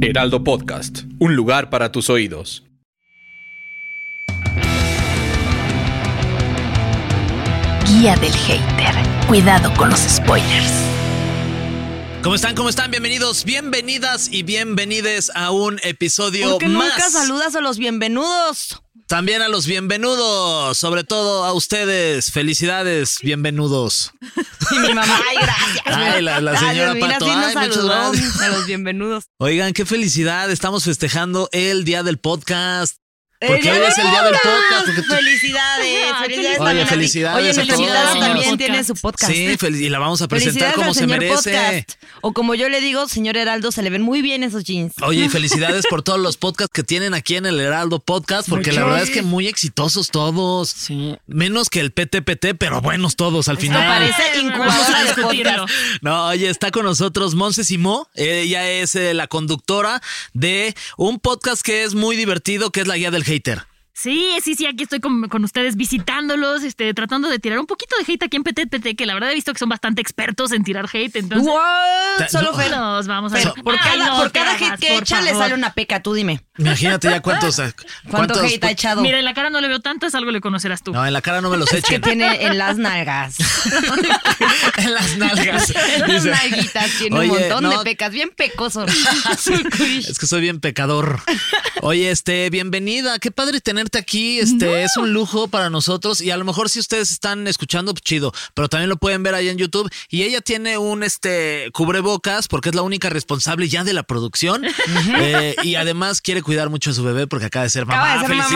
Heraldo Podcast, un lugar para tus oídos. Guía del hater. Cuidado con los spoilers. ¿Cómo están? ¿Cómo están? Bienvenidos, bienvenidas y bienvenides a un episodio Porque más. nunca saludas a los bienvenidos. También a los bienvenidos, sobre todo a ustedes. Felicidades, bienvenidos. Y mi mamá, ay, gracias. Ay, la- la señora Dios, mira, Pato, sí nos ay, muchas saludó gracias. a los bienvenidos. Oigan, qué felicidad, estamos festejando el día del podcast. Porque hoy es el día del podcast. porque tú- Felicidades, Ah, felicidades. Oye, también a ti. felicidades Oye, a nuestra todos. invitada Señor también podcast. tiene su podcast. Sí, fel- y la vamos a presentar Felicidades como al se señor merece. podcast. O como yo le digo, señor Heraldo, se le ven muy bien esos jeans. Oye, y felicidades por todos los podcasts que tienen aquí en el Heraldo Podcast, porque la verdad es que muy exitosos todos. Menos que el PTPT, pero buenos todos al Esto final. parece Vamos a incubadora de discutirlo. podcast. Este No, oye, está con nosotros Monse Simó. Ella es eh, la conductora de un podcast que es muy divertido, que es la guía del hater. Sí, sí, sí, aquí estoy con, con ustedes visitándolos, este, tratando de tirar un poquito de hate aquí en PT, PT, que la verdad he visto que son bastante expertos en tirar hate, entonces Wow, solo no, Fer. nos vamos a Fer, Ay, Por cada, no, por cada Carras, hate que por echa le favor. sale una peca, tú dime. Imagínate ya cuántos. eh, ¿Cuánto cuántos- hate ha echado? Mira, en la cara no le veo tantas, algo le conocerás tú. No, en la cara no me los que echen. tiene en las nalgas. en las nalgas. Las Dice. nalguitas, tiene Oye, un montón no, de pecas, bien pecoso. Es que soy bien pecador. Oye, este, bienvenida. Qué padre tenerte aquí. Este, es un lujo para nosotros. Y a lo mejor si ustedes están escuchando, pues, chido. Pero también lo pueden ver ahí en YouTube. Y ella tiene un este cubrebocas porque es la única responsable ya de la producción. Eh, y además quiere cuidar mucho a su bebé porque acaba de ser mamá. Acaba de ser mamá.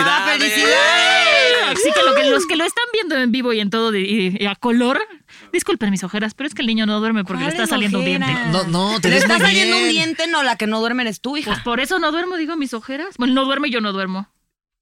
¡Felicidades! Así que, lo que los que lo están viendo en vivo y en todo de- y, y a color, disculpen mis ojeras, pero es que el niño no duerme porque le está ¿Cuáles saliendo un diente. ojeras? No, no, te Le ves está muy saliendo un bien. diente, no, la que no duerme eres tú, Pues hija. por eso no duermo, digo mis ojeras. Bueno, no duerme, yo no duermo.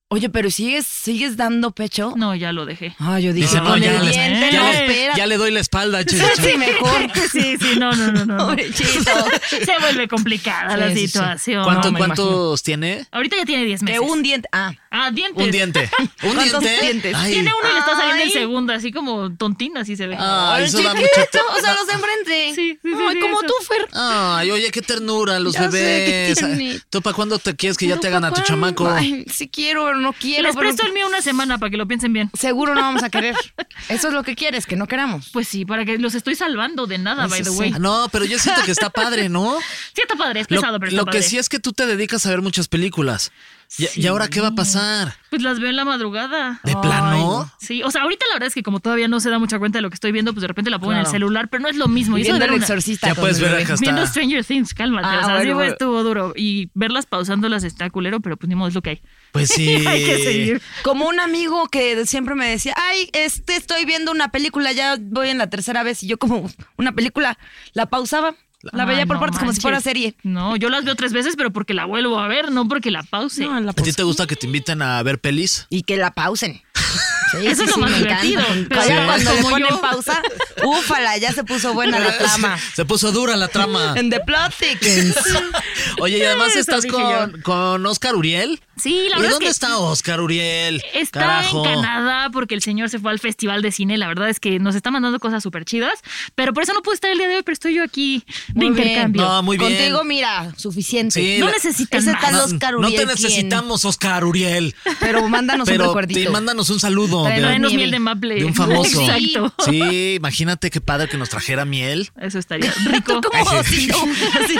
Oye, pero sigues, sigues dando pecho. No, ya lo dejé. Ah, yo dije, Dice, no, con ya, el le- diente, ya no, le- espera. ya le doy la espalda, chido. Sí, mejor. Sí, sí, no, no, no, no, no. Pobrecito. Se vuelve complicada Sí, la sí, sí. situación. ¿Cuánto- No, me ¿Cuántos tiene? Ahorita ya tiene 10 meses. Que un diente. Ah, Ah, dientes. Un diente. ¿Un ¿Cuántos diente? dientes? Ay. Tiene uno y le está saliendo el Ay. Ah. segundo, así como tontina, así se ve. Ay, Ay, eso da mucho chiquito, to- o sea, los de enfrente. Sí, sí, sí, Ay, sí, como eso. tú, Fer. Ay, oye, qué ternura, los Ya sé, bebés. qué tiernito. ¿Tú para cuándo te quieres que ya te hagan a tu Papá, chamaco? Ay, sí quiero, pero no quiero. Les pero presto el mío una semana para que lo piensen bien. Seguro no vamos a querer. Eso es lo que quieres, que no queramos. Pues sí, para que los estoy salvando de nada, by the way. No, pero yo siento que está padre, ¿no? Sí, está padre, es Lo, pesado, pero está lo padre. que sí es que tú te dedicas a ver muchas películas. Y, y ahora qué va a pasar? Pues las veo en la madrugada. ¿De plano? Sí, o sea, ahorita la verdad es que como todavía no se da mucha cuenta de lo que estoy viendo, pues de repente la pongo en el Claro. celular, pero no es lo mismo. Y eso de Viendo ver el una- exorcista. Ya con puedes el ver bebé. acá. Hasta- Viendo Stranger Things, cálmate. Ah, o sea, bueno, sí fue- bueno. estuvo duro. Y verlas pausándolas está culero, pero pues ni modo, es lo que hay. Pues sí. hay que seguir. Como un amigo que siempre me decía, ay, este estoy viendo una película, ya voy en la tercera vez. Y yo como una película, la pausaba, la Ay, veía por no partes como si manches. fuera serie. No, yo las veo tres veces, pero porque la vuelvo a ver, no porque la pause. No, ¿A la ti pausa. te gusta que te inviten a ver pelis? Y que la pausen. Sí, Eso es lo más me encanta. divertido, pero Ya sí. cuando le como ponen yo. pausa, úfala, ya se puso buena la trama. Se puso dura la trama. En The Plot Thickens. Oye, y además Eso estás dije con, con Oscar Uriel. Sí, la ¿Y verdad dónde es que está Oscar Uriel? está Carajo. en Canadá porque el señor se fue al festival de cine. La verdad es que nos está mandando cosas súper chidas, pero por eso no pude estar el día de hoy, pero estoy yo aquí de Muy bien. intercambio. No, muy bien. Contigo, mira, suficiente. Sí, No la- necesitan Ese más. tal No, Oscar no Uriel, te ¿quién? necesitamos, Oscar Uriel. Pero mándanos un Pero recuerdito. te mándanos un saludo. Trae- de- trae- Tráenos nieve. miel de maple. De un famoso. Exacto. Sí, imagínate qué padre que nos trajera miel. Eso estaría rico. Como osito, así.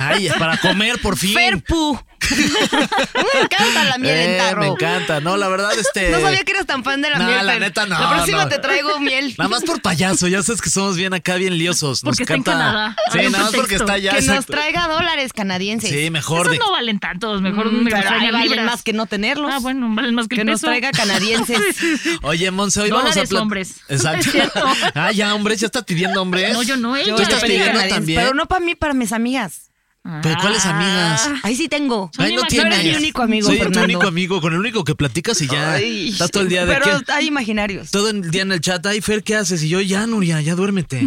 Ay, para comer por fin. Ferpu. me encanta la miel Eh, en tarro. me encanta. No, la verdad, este. No sabía que eras tan fan de la No, miel. la Fer. neta, no, La próxima no. te traigo miel. Nada más por payaso, ya sabes que somos bien acá, bien liosos. Nos Porque está en encanta. Canadá. Sí, Hay un nada más porque pretexto. está allá. que nos exacto. traiga dólares canadienses. Sí, mejor. Esos de- no valen tantos, mejor Mm, me pero ahí traigan valen libras. más que no tenerlos. Ah, bueno, valen más que, que el nos peso. traiga canadienses. Oye, Monse, hoy vamos a Dólares, plat- hombres. Exacto. Es cierto. ah, ya, hombres, ya estás pidiendo hombres. No, yo no, ella. Tú estás estoy pidiendo canadiense, también. Pero no para mí, para mis amigas. Pero ¿cuáles Ah, amigas? Ahí sí tengo. Ay, no Tú eres tienes. mi único amigo, Soy Fernando. tu único amigo, con el único que platicas y ya. Ay, estás todo el día de Pero qué- hay imaginarios. Todo el día en el chat, ay Fer, ¿qué haces? Y yo, ya, Nuria, ya duérmete.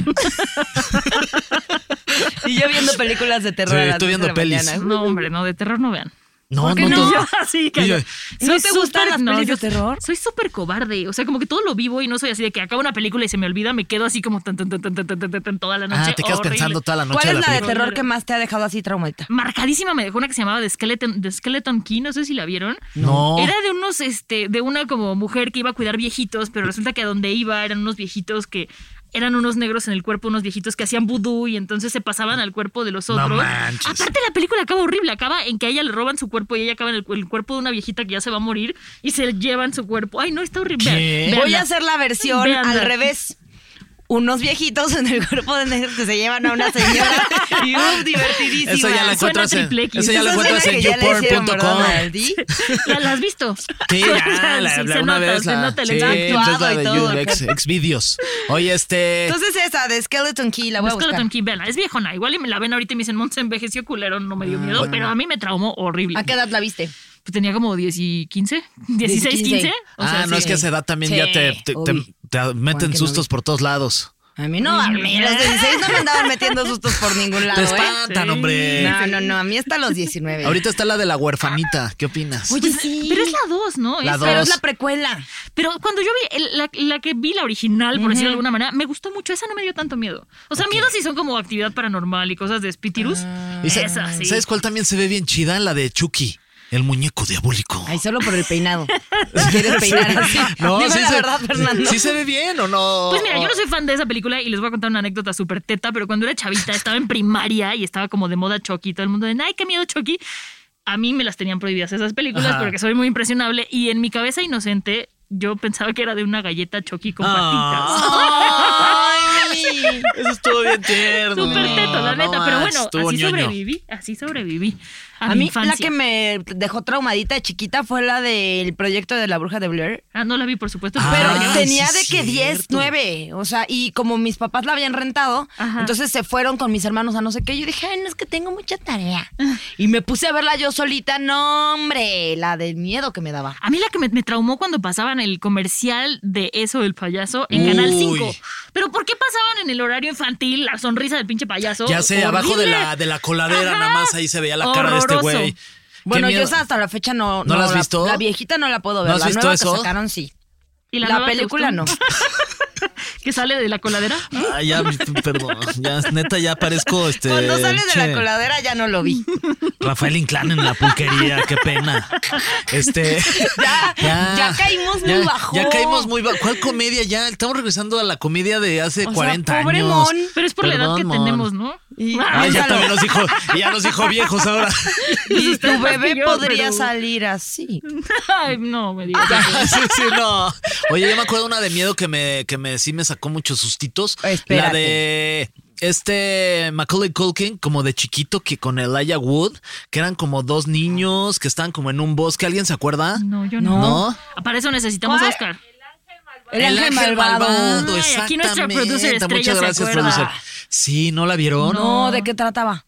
Y yo viendo películas de terror. Sí, a las estoy dos de viendo la pelis. mañana. No, hombre, no, de terror no vean. No, ¿Por qué no, no? no. Así, calla. Oye, ¿no Soy te gustan las pelis de yo terror? Soy súper cobarde. O sea, como que todo lo vivo y no soy así de que acaba una película y se me olvida, me quedo así como tan, tan, tan, tan, tan, tan, tan, tan, tan, toda la noche. Ah, te quedas Horrible. pensando toda la noche ¿Cuál de es la la de película. terror que más te ha dejado así traumadita? Marcadísima me dejó una que se llamaba The Skeleton, The Skeleton Key, no sé si la vieron. No. Era de unos, este, de una como mujer que iba a cuidar viejitos, pero resulta que a donde iba eran unos viejitos que eran unos negros en el cuerpo, unos viejitos que hacían vudú y entonces se pasaban al cuerpo de los No otros. manches. Aparte la película acaba horrible, acaba en que a ella le roban su cuerpo y ella acaba en el, el cuerpo de una viejita que ya se va a morir y se llevan su cuerpo. Ay, no, está horrible. ¿Qué? Vean- Voy veanla. a hacer la versión Veanla. al revés. Unos viejitos en el cuerpo de negros que se llevan a una señora. y uf, divertidísima. Eso ya la Suena encuentras en, triple X. eso ya la Eso Esa encuentras escena en que ya le hicieron, youporn.com. ¿verdad, Aldi? ¿La, la has visto? Sí, O ya, sea, la, sí, la- se una nota, vez se la, nota el sí, efecto. entonces la de actuado y todo. YouTube, ex, Xvideos. Oye, este, Entonces esa de Skeleton Key la voy a Skeleton buscar. Key, véanla, es viejona. Igual y me la ven ahorita y me dicen, Monse envejeció culero, no me dio miedo, pero a mí me traumó horrible. Ah, ¿A qué edad la viste? Pues tenía como 10 y 15, 16, 15. O sea, ah, no sí. es que a esa edad también Sí, ya te, te- te- obvio. te Juan, meten que no sustos por todos lados. A mí no, a mí a los 16 no me andaban metiendo sustos por ningún te lado, ¿eh? espantan, Sí. hombre. No, no, no, a mí hasta los 19. Ahorita está la de la huerfanita. ¿Qué opinas? Oye, sí. Pero es la 2, ¿no? La Es- dos. Pero es la precuela. Pero cuando yo vi el- la, la que vi, la original, por decirlo de alguna manera, me gustó mucho. Esa no me dio tanto miedo. O sea, miedo sí son como actividad paranormal y cosas de Spitirus. Ah. Y sa- esa, sí. ¿Sabes cuál también se ve bien chida? La de Chucky, el muñeco diabólico. Ay, solo por el peinado. Si quieres peinar así. Dime la se, verdad, Fernando. sí se ve bien o no. Pues mira, yo no soy fan de esa película y les voy a contar una anécdota súper teta, pero cuando era chavita estaba en primaria y estaba como de moda Chucky, todo el mundo de, ay, qué miedo Chucky. A mí me las tenían prohibidas esas películas Ajá. porque soy muy impresionable y en mi cabeza inocente yo pensaba que era de una galleta Chucky Ah. con patitas. Ay, eso estuvo bien tierno. Súper teto, No la neta, pero más, bueno, estuvo así ñoño. sobreviví, así sobreviví a, A mi mí infancia. la que me dejó traumadita de chiquita fue la del proyecto de la bruja de Blair. Ah, no la vi, por supuesto. Ah, Pero sí tenía es de que 10, cierto. 9, o sea, y como mis papás la habían rentado, Ajá. entonces se fueron con mis hermanos a no sé qué, yo dije, ay, no, es que tengo mucha tarea. Y me puse a verla yo solita, no, hombre, la del miedo que me daba. A mí la que me, me traumó cuando pasaban el comercial de eso del payaso en Uy. Canal 5. Pero ¿por qué pasaban en el horario infantil la sonrisa del pinche payaso? Ya sé, abajo de Horrible. la, de la coladera, Ajá. nada más ahí se veía la cara de este Horroroso. güey. Qué Bueno, yo miedo. esa hasta la fecha no... ¿No la has la, visto? La viejita no la puedo ¿No ver, has la visto nueva eso? que sacaron sí. ¿Y La, nueva te película no. gustó? ¿Que sale de la coladera? Ah, ya, perdón. Ya, neta, ya parezco este. Cuando sales de la che, coladera ya no lo vi. Rafael Inclán en la pulquería, qué pena. Este. Ya, ya caímos muy ya- bajo. Ya caímos muy bajo. ¿Cuál comedia ya? Estamos regresando a la comedia de hace O sea, 40 pobre años. Mon. Pero es por la edad Perdón, que Mon. tenemos, ¿no? Y- Ah, Ah, ya Piénsalo. también nos dijo, ya nos dijo viejos ahora. Y tu bebé Yo, podría pero- salir así. Ay, no, me digas. Ah. sí, sí, no. Oye, yo me acuerdo una de miedo que me, que me sí me sacó muchos sustitos. Espérate. La de este Macaulay Culkin, como de chiquito, que con Elijah Wood, que eran como dos niños que estaban como en un bosque. ¿Alguien se acuerda? No, yo no. ¿No? Para eso necesitamos a ¿Cuál? Oscar. El ángel malvado. Ay, aquí nuestra producer exactamente. estrella Muchas se gracias, acuerda. producer. Sí, ¿no la vieron? No, No, ¿de qué trataba?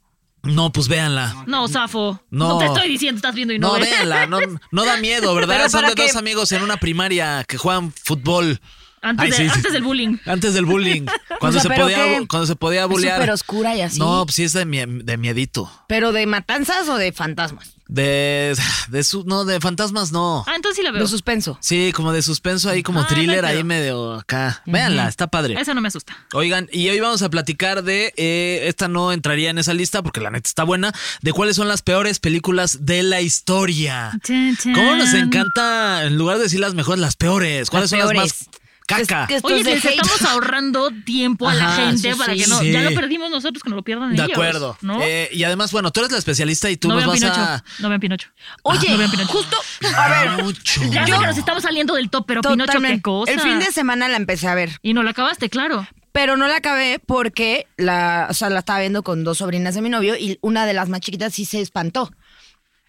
pues véanla. No, Safo. No. No. te estoy diciendo, estás viendo y no, No, ¿eh? ves. véanla, no, no da miedo, ¿verdad? Pero Son para de dos que- amigos en una primaria que juegan fútbol. Antes, Ay, de- sí, sí. antes del bullying. Antes del bullying. Cuando, O sea, se, ¿pero podía, qué? cuando se podía Es bullear. súper oscura y así. No, pues sí es de, mie- de miedito. ¿Pero de matanzas o de fantasmas? De, de su, no, de fantasmas no. Ah, entonces sí la veo. De suspenso. Sí, como de suspenso ahí, como Ah, thriller no ahí hay pedo. medio acá. Véanla, está padre. Eso no me asusta. Oigan, y hoy vamos a platicar de, eh, esta no entraría en esa lista porque la neta está buena, de cuáles son las peores películas de la historia. Chan, chan. ¿Cómo nos encanta, en lugar de decir las mejores, las peores? ¿Cuáles son las peores. más caca? Es que esto Oye, es de les hate. estamos ahorrando tiempo a la Ajá, gente sí, para sí. que no. Sí. Ya lo perdimos nosotros, que no lo pierdan De ellos. acuerdo. ¿No? Eh, y además, bueno, tú eres la especialista y tú no nos vean vas Pinocho. a... No vean Pinocho. Oye, no vean Pinocho. justo, a ver, Mucho. Ya sé que nos estamos saliendo del top, pero Pinocho, qué totalmente. cosa. El fin de semana la empecé a ver, Y no lo acabaste, claro. pero no la acabé porque la, o sea, la estaba viendo con dos sobrinas de mi novio y una de las más chiquitas sí se espantó.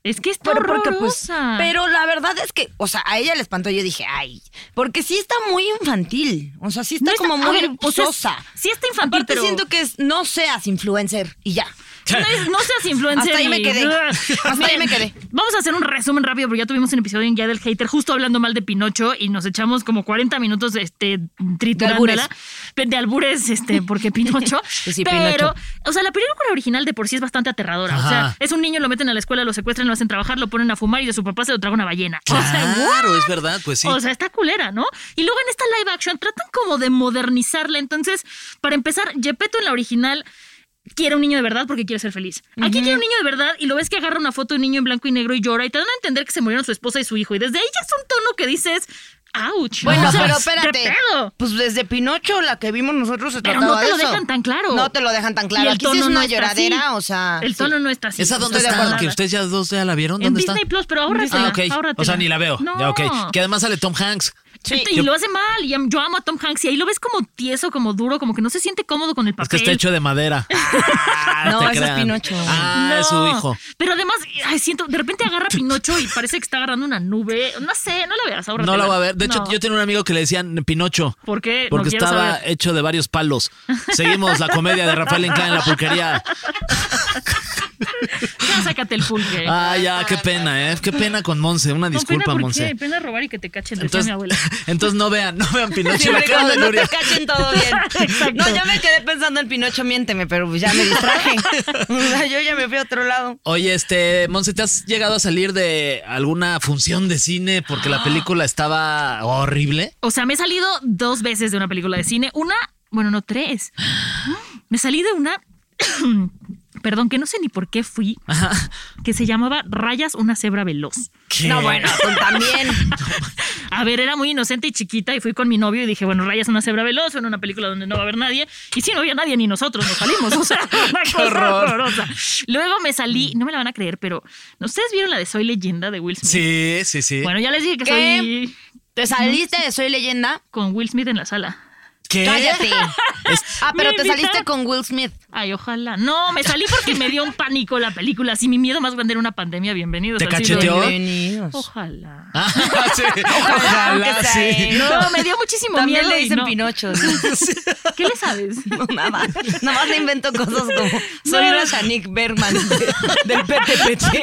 Es que está Pero horrorosa. porque, pues, pero la verdad es que, o sea, a ella le espantó. Yo dije, ay, porque sí está muy infantil. O sea, sí está No como a muy ver, o sea, sosa. sí está infantil, Aparte pero siento que es no seas influencer y ya. No, no seas influencer. Hasta ahí me y- quedé. Hasta ahí Miren, me quedé. Vamos a hacer un resumen rápido porque ya tuvimos un episodio en Ya del Hater justo hablando mal de Pinocho y nos echamos como 40 minutos este, triturándola. Pe- De albures, este, porque Pinocho. Pues sí, pero, Pinocho. o sea, la película original de por sí es bastante aterradora. O Ajá. sea, es un niño, lo meten a la escuela, lo secuestran, lo hacen trabajar, lo ponen a fumar y de su papá se lo traga una ballena. O sea, ¿what? Claro, es verdad, pues sí. O sea, está culera, ¿no? Y luego en esta live action tratan como de modernizarla. Entonces, para empezar, Gepetto en la original quiere un niño de verdad porque quiere ser feliz. Aquí quiere un niño de verdad y lo ves que agarra una foto de un niño en blanco y negro y llora y te dan a entender que se murieron su esposa y su hijo. Y desde ahí ya es un tono que dices, ¡ouch! Bueno, O sea, pero ¿qué espérate. pedo? Pues desde Pinocho, la que vimos nosotros, se Pero trataba no te lo de eso. dejan tan claro. No te lo dejan tan Y claro. el Aquí sí es tono una no está así. lloradera, o sea. El tono no está así. ¿Esa dónde Estoy de está? acuerdo. Que ustedes ya dos ya la vieron. En ¿Dónde está? Disney Plus, pero ahórratela, Ah, ok. O sea, ahórratela. ni la veo. Ya, ok. No. Que además sale Tom Hanks. Sí. Este, y lo hace mal. Y am- yo amo a Tom Hanks. Y ahí lo ves como tieso, como duro, como que no se siente cómodo con el Es papel. que este está hecho de madera. Ah, No, te ese es crean. Pinocho. Ah, es su No. hijo. Pero además, ay, siento, de repente agarra a Pinocho y parece que está agarrando una nube. No sé, no la veas ahora. No la voy a ver. De hecho, yo tenía un amigo que le decían Pinocho. ¿Por qué? No Porque quiero estaba saber. hecho de varios palos. Seguimos la comedia de Rafael Inclán en la pulquería. Ya, sácate el pulque. Ah, ya, qué pena, ¿eh? Qué pena con Monse. Una No, pena, disculpa, ¿por Monse. qué? Pena robar y que te cachen, decía mi Entonces, abuela. entonces no vean, no vean Pinocho. La Siempre cara de cuando no Nuria. te cachen todo Exacto. bien. No, yo me quedé pensando en Pinocho, miénteme, pero pues ya me distraje. O sea, yo ya me fui a otro lado. Oye, este, Monse, ¿te has llegado a salir de alguna función de cine porque Ah. la película estaba horrible? O sea, me he salido dos veces de una película de cine. Una, bueno, no tres. Me salí de una. Perdón, que no sé ni por qué fui, Ah. que se llamaba Rayas, una cebra veloz. ¿Qué? No, bueno, con también. A ver, era muy inocente y chiquita y fui con mi novio y dije, bueno, Rayas una cebra veloz en una película donde no va a haber nadie. Y sí, no había nadie, ni nosotros nos salimos. O sea, una cosa horror. Mm. horrorosa. Luego me salí, no me la van a creer, pero ¿no ¿ustedes vieron la de Soy Leyenda de Will Smith? Sí, sí, sí. Bueno, ya les dije que ¿Qué? soy ¿Te saliste de Soy Leyenda? con Will Smith en la sala. ¿Qué? Cállate. Ah, pero Me te saliste invitaron- con Will Smith. Ay, ojalá. No, me salí porque me dio un pánico la película. Así mi miedo más grande era una pandemia. Bienvenidos. ¿Te al siglo cacheteó? XXI. Bienvenidos. Ojalá. Ah, sí. Ojalá, Aunque sea sí. él. No, me dio muchísimo También miedo. le y dicen no. Pinocho. ¿Qué le sabes? Nada más, nada más le invento cosas como soy No. la Shanique Berman de- del PTPT.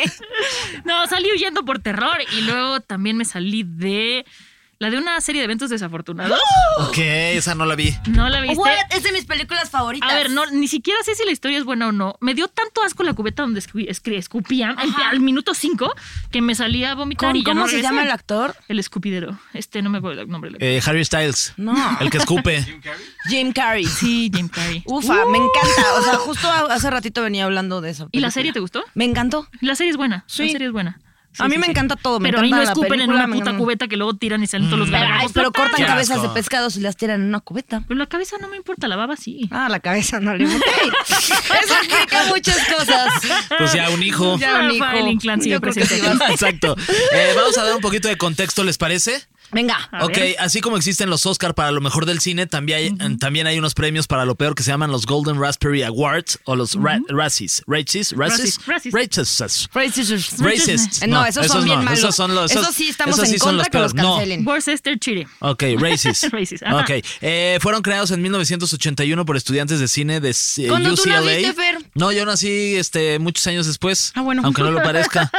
No, salí huyendo por terror y luego también me salí de la de una serie de eventos desafortunados. Ok, esa no la vi. No la viste. What? Es de mis películas favoritas. A ver, no, ni siquiera sé si la historia es buena o no. Me dio tanto asco la cubeta donde escu- escri- escupían al- al minuto 5 que me salía a vomitar ¿Con- y ya ¿Cómo no se regresé. llama el actor? El escupidero. Este no me acuerdo el nombre. del actor. Eh, Harry Styles. No. El que escupe. Jim Carrey. Sí, Jim Carrey. Ufa, Uh. me encanta. O sea, justo a- hace ratito venía hablando de eso. ¿Y la serie te gustó? Me encantó. La serie es buena. Sí. La serie es buena. Sí, a mí sí, me sí. encanta todo. Me Pero ahí encanta no la escupen en película, una me puta encanta- Mm. cubeta que luego tiran y salen todos los Pero, ay, gargajos. pero cortan Qué cabezas de asco. pescados y las tiran en una cubeta. Pero la cabeza no me importa, la baba sí. Ah, la cabeza no le importa. Eso explica muchas cosas. Pues ya un hijo. Ya un hijo. Rafael Inclán sigue Yo creo que presente sí aquí. va. Exacto. Eh, vamos a dar un poquito de contexto, ¿les parece? Venga. A ok, ver. así como existen los Oscar para lo mejor del cine, también hay, también hay unos premios para lo peor que se llaman los Golden Raspberry Awards o los ra- Razzies. Razzies, Razzies, Razzies. Razzies. Racist. Racist. Eh, No, esos, son bien malos. Esos son los. Esos sí estamos esos en sí son contra los que los peores. No. cancelen. Worcester Chile. Ok, races. Races, ajá. Ok. Eh, fueron creados en 1981 por estudiantes de cine de eh, Cuando tú UCLA. naciste, Fer. No, yo nací este, muchos años después. Ah, bueno. Aunque no lo parezca.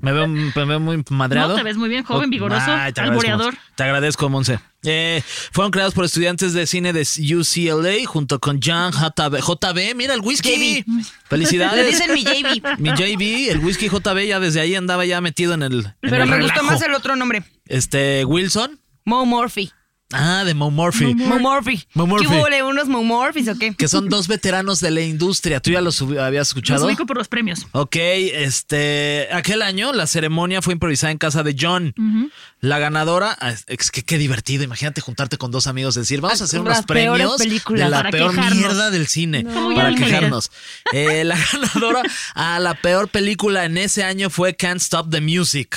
Me veo, me veo muy madreado. No, te ves muy bien, joven, vigoroso, te agradezco, alboreador. Monse. Te agradezco, Monse. Eh, fueron creados por estudiantes de cine de UCLA junto con Jan JB. JB, mira el whisky. Le Felicidades. dicen mi JB. Mi JB, el whisky JB ya desde ahí andaba ya metido en el. en Pero el me gustó relajo. más el otro nombre. Este, Wilson. Mo Murphy. Ah, de Mo Murphy. Mo Murphy. Mo Murphy. ¿Qué hubo, le, unos Mo Murphys o qué? que son dos veteranos de la industria. ¿Tú ya los hubi- habías Los escuchado? ubico por los premios. Ok, este, aquel año la ceremonia fue improvisada en casa de John. La ganadora, ah, es- es que qué divertido, imagínate juntarte con dos amigos y decir, vamos a hacer unos Las peores premios películas. de la Para peor quejarnos. mierda del cine, Como ya para lo imaginé. quejarnos. Eh, la ganadora a la peor película en ese año fue Can't Stop the Music.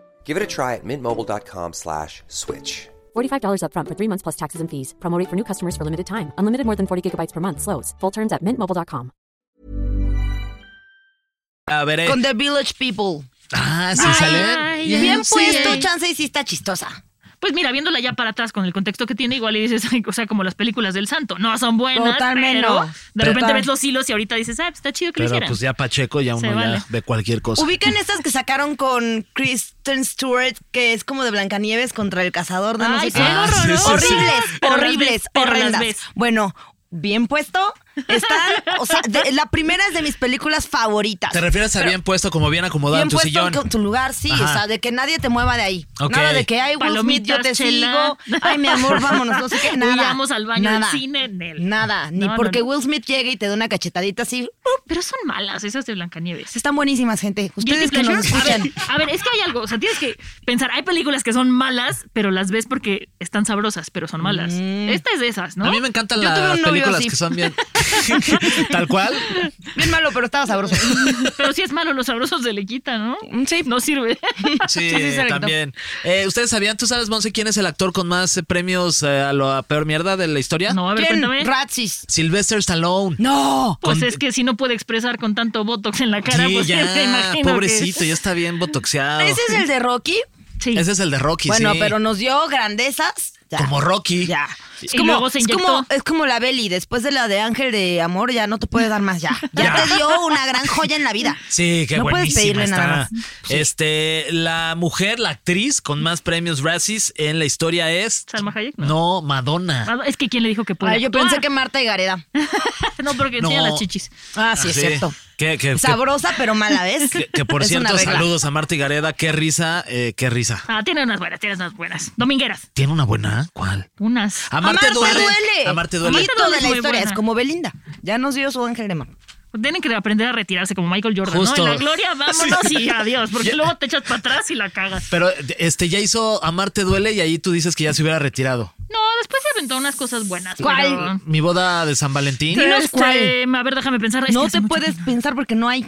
Give it a try at mintmobile.com slash switch. $45 upfront for three months plus taxes and fees. Promo rate for new customers for limited time. Unlimited more than 40 gigabytes per month. Slows. Full terms at mintmobile.com. A ver, eh. Con The Village People. Ah, sí sale. Ay, Ya, Bien sí. puesto, chance y sí está chistosa. Pues mira, viéndola ya para atrás con el contexto que tiene, igual y dices, ay, o sea, como las películas del santo, no son buenas, Totalmente pero no. de Pero- repente ves los hilos y ahorita dices, ah, pues está chido que lo Pero hicieran. pues ya Pacheco ya Se uno vale. ya ve cualquier cosa. Ubican estas que sacaron con Kristen Stewart, que es como de Blancanieves contra el cazador de no Ay, sé qué. sí, Ah, sí, sí, horribles, sí. Pero las horribles, ves, pero las horrendas. ves. Bueno, bien puesto. Están, o sea, de- la primera es de mis películas favoritas. ¿Te refieres a bien puesto, como bien acomodado Bien en tu puesto sillón? en tu- tu lugar, sí, Ajá. o sea, de que nadie te mueva de ahí. Ok. Nada de que, ay, Will Smith, yo Palomitas, te chela. sigo. Ay, mi amor, vámonos, no sé qué, nada. Huyamos al baño del nada, cine, Nel. Nada, ni No, no, porque no. Will Smith llegue y te dé una cachetadita así. Pero son malas esas de Blancanieves. Están buenísimas, gente. Guilty Ustedes que nos pleasure. A ver, escuchan. A ver, es que hay algo, o sea, tienes que pensar, hay películas que son malas, pero las ves porque están sabrosas, pero son malas. Mm. Esta es de esas, ¿no? A mí me encantan Yo tuve las un novio películas así. que son bien. Tal cual. Bien malo, pero estaba sabroso. Pero si es malo, los sabrosos se le quita, ¿no? Sí. No sirve. Sí, Sí, sí, se recto. también. Eh, ¿Ustedes sabían, tú sabes, Monse, quién es el actor con más eh, premios eh, a la peor mierda de la historia? No, a ver, ¿Quién? cuéntame. Ratsis. Sylvester Stallone. No. Pues Con- es que si no puede expresar con tanto botox en la cara, Sí, pues ya, me imagino que- pobrecito, ya está bien botoxeado. ¿Ese es el de Rocky? Sí. Ese es el de Rocky, bueno, sí. pero nos dio grandezas. Ya. Como Rocky. Ya. Y luego se es, inyectó. como, es como la Belly. Después de la de Ángel de Amor, ya no te puede dar más. Ya. Ya, te dio una gran joya en la vida. Sí, qué No puedes buenísima pedirle está. nada Este, la mujer, la actriz con más premios Razzies en la historia es Salma Hayek, no, ¿no? Madonna. Ah, Es que quién le dijo que podía. Ah, yo actuar? pensé que Marta y Gareda. No, porque No. enseña las chichis. Ah, sí, es Sí. cierto. Que, que- que- Sabrosa, pero mala vez. que- que por Es una cierto, regla. saludos a Marta y Gareda. Qué risa, eh, qué risa. Ah, tiene unas buenas, tiene unas buenas. Domingueras. ¿Tiene una buena? ¿Cuál? Unas. Amarte, Amarte duele. Amarte duele. Amarte Mito duele de es la muy historia. buena. Es como Belinda. Ya nos dio su Ángel de Amor. Tienen que aprender a retirarse como Michael Jordan, Justo. ¿no? En la gloria, vámonos y adiós, porque luego te echas para atrás y la cagas. Pero este ya hizo Amarte duele y ahí tú dices que ya se hubiera retirado. No, después se aventó unas cosas buenas. ¿Cuál? Mi boda de San Valentín. Pero... Dinos Este, cuál. A ver, déjame pensar. es que No hace te mucho puedes que no. pensar porque no hay.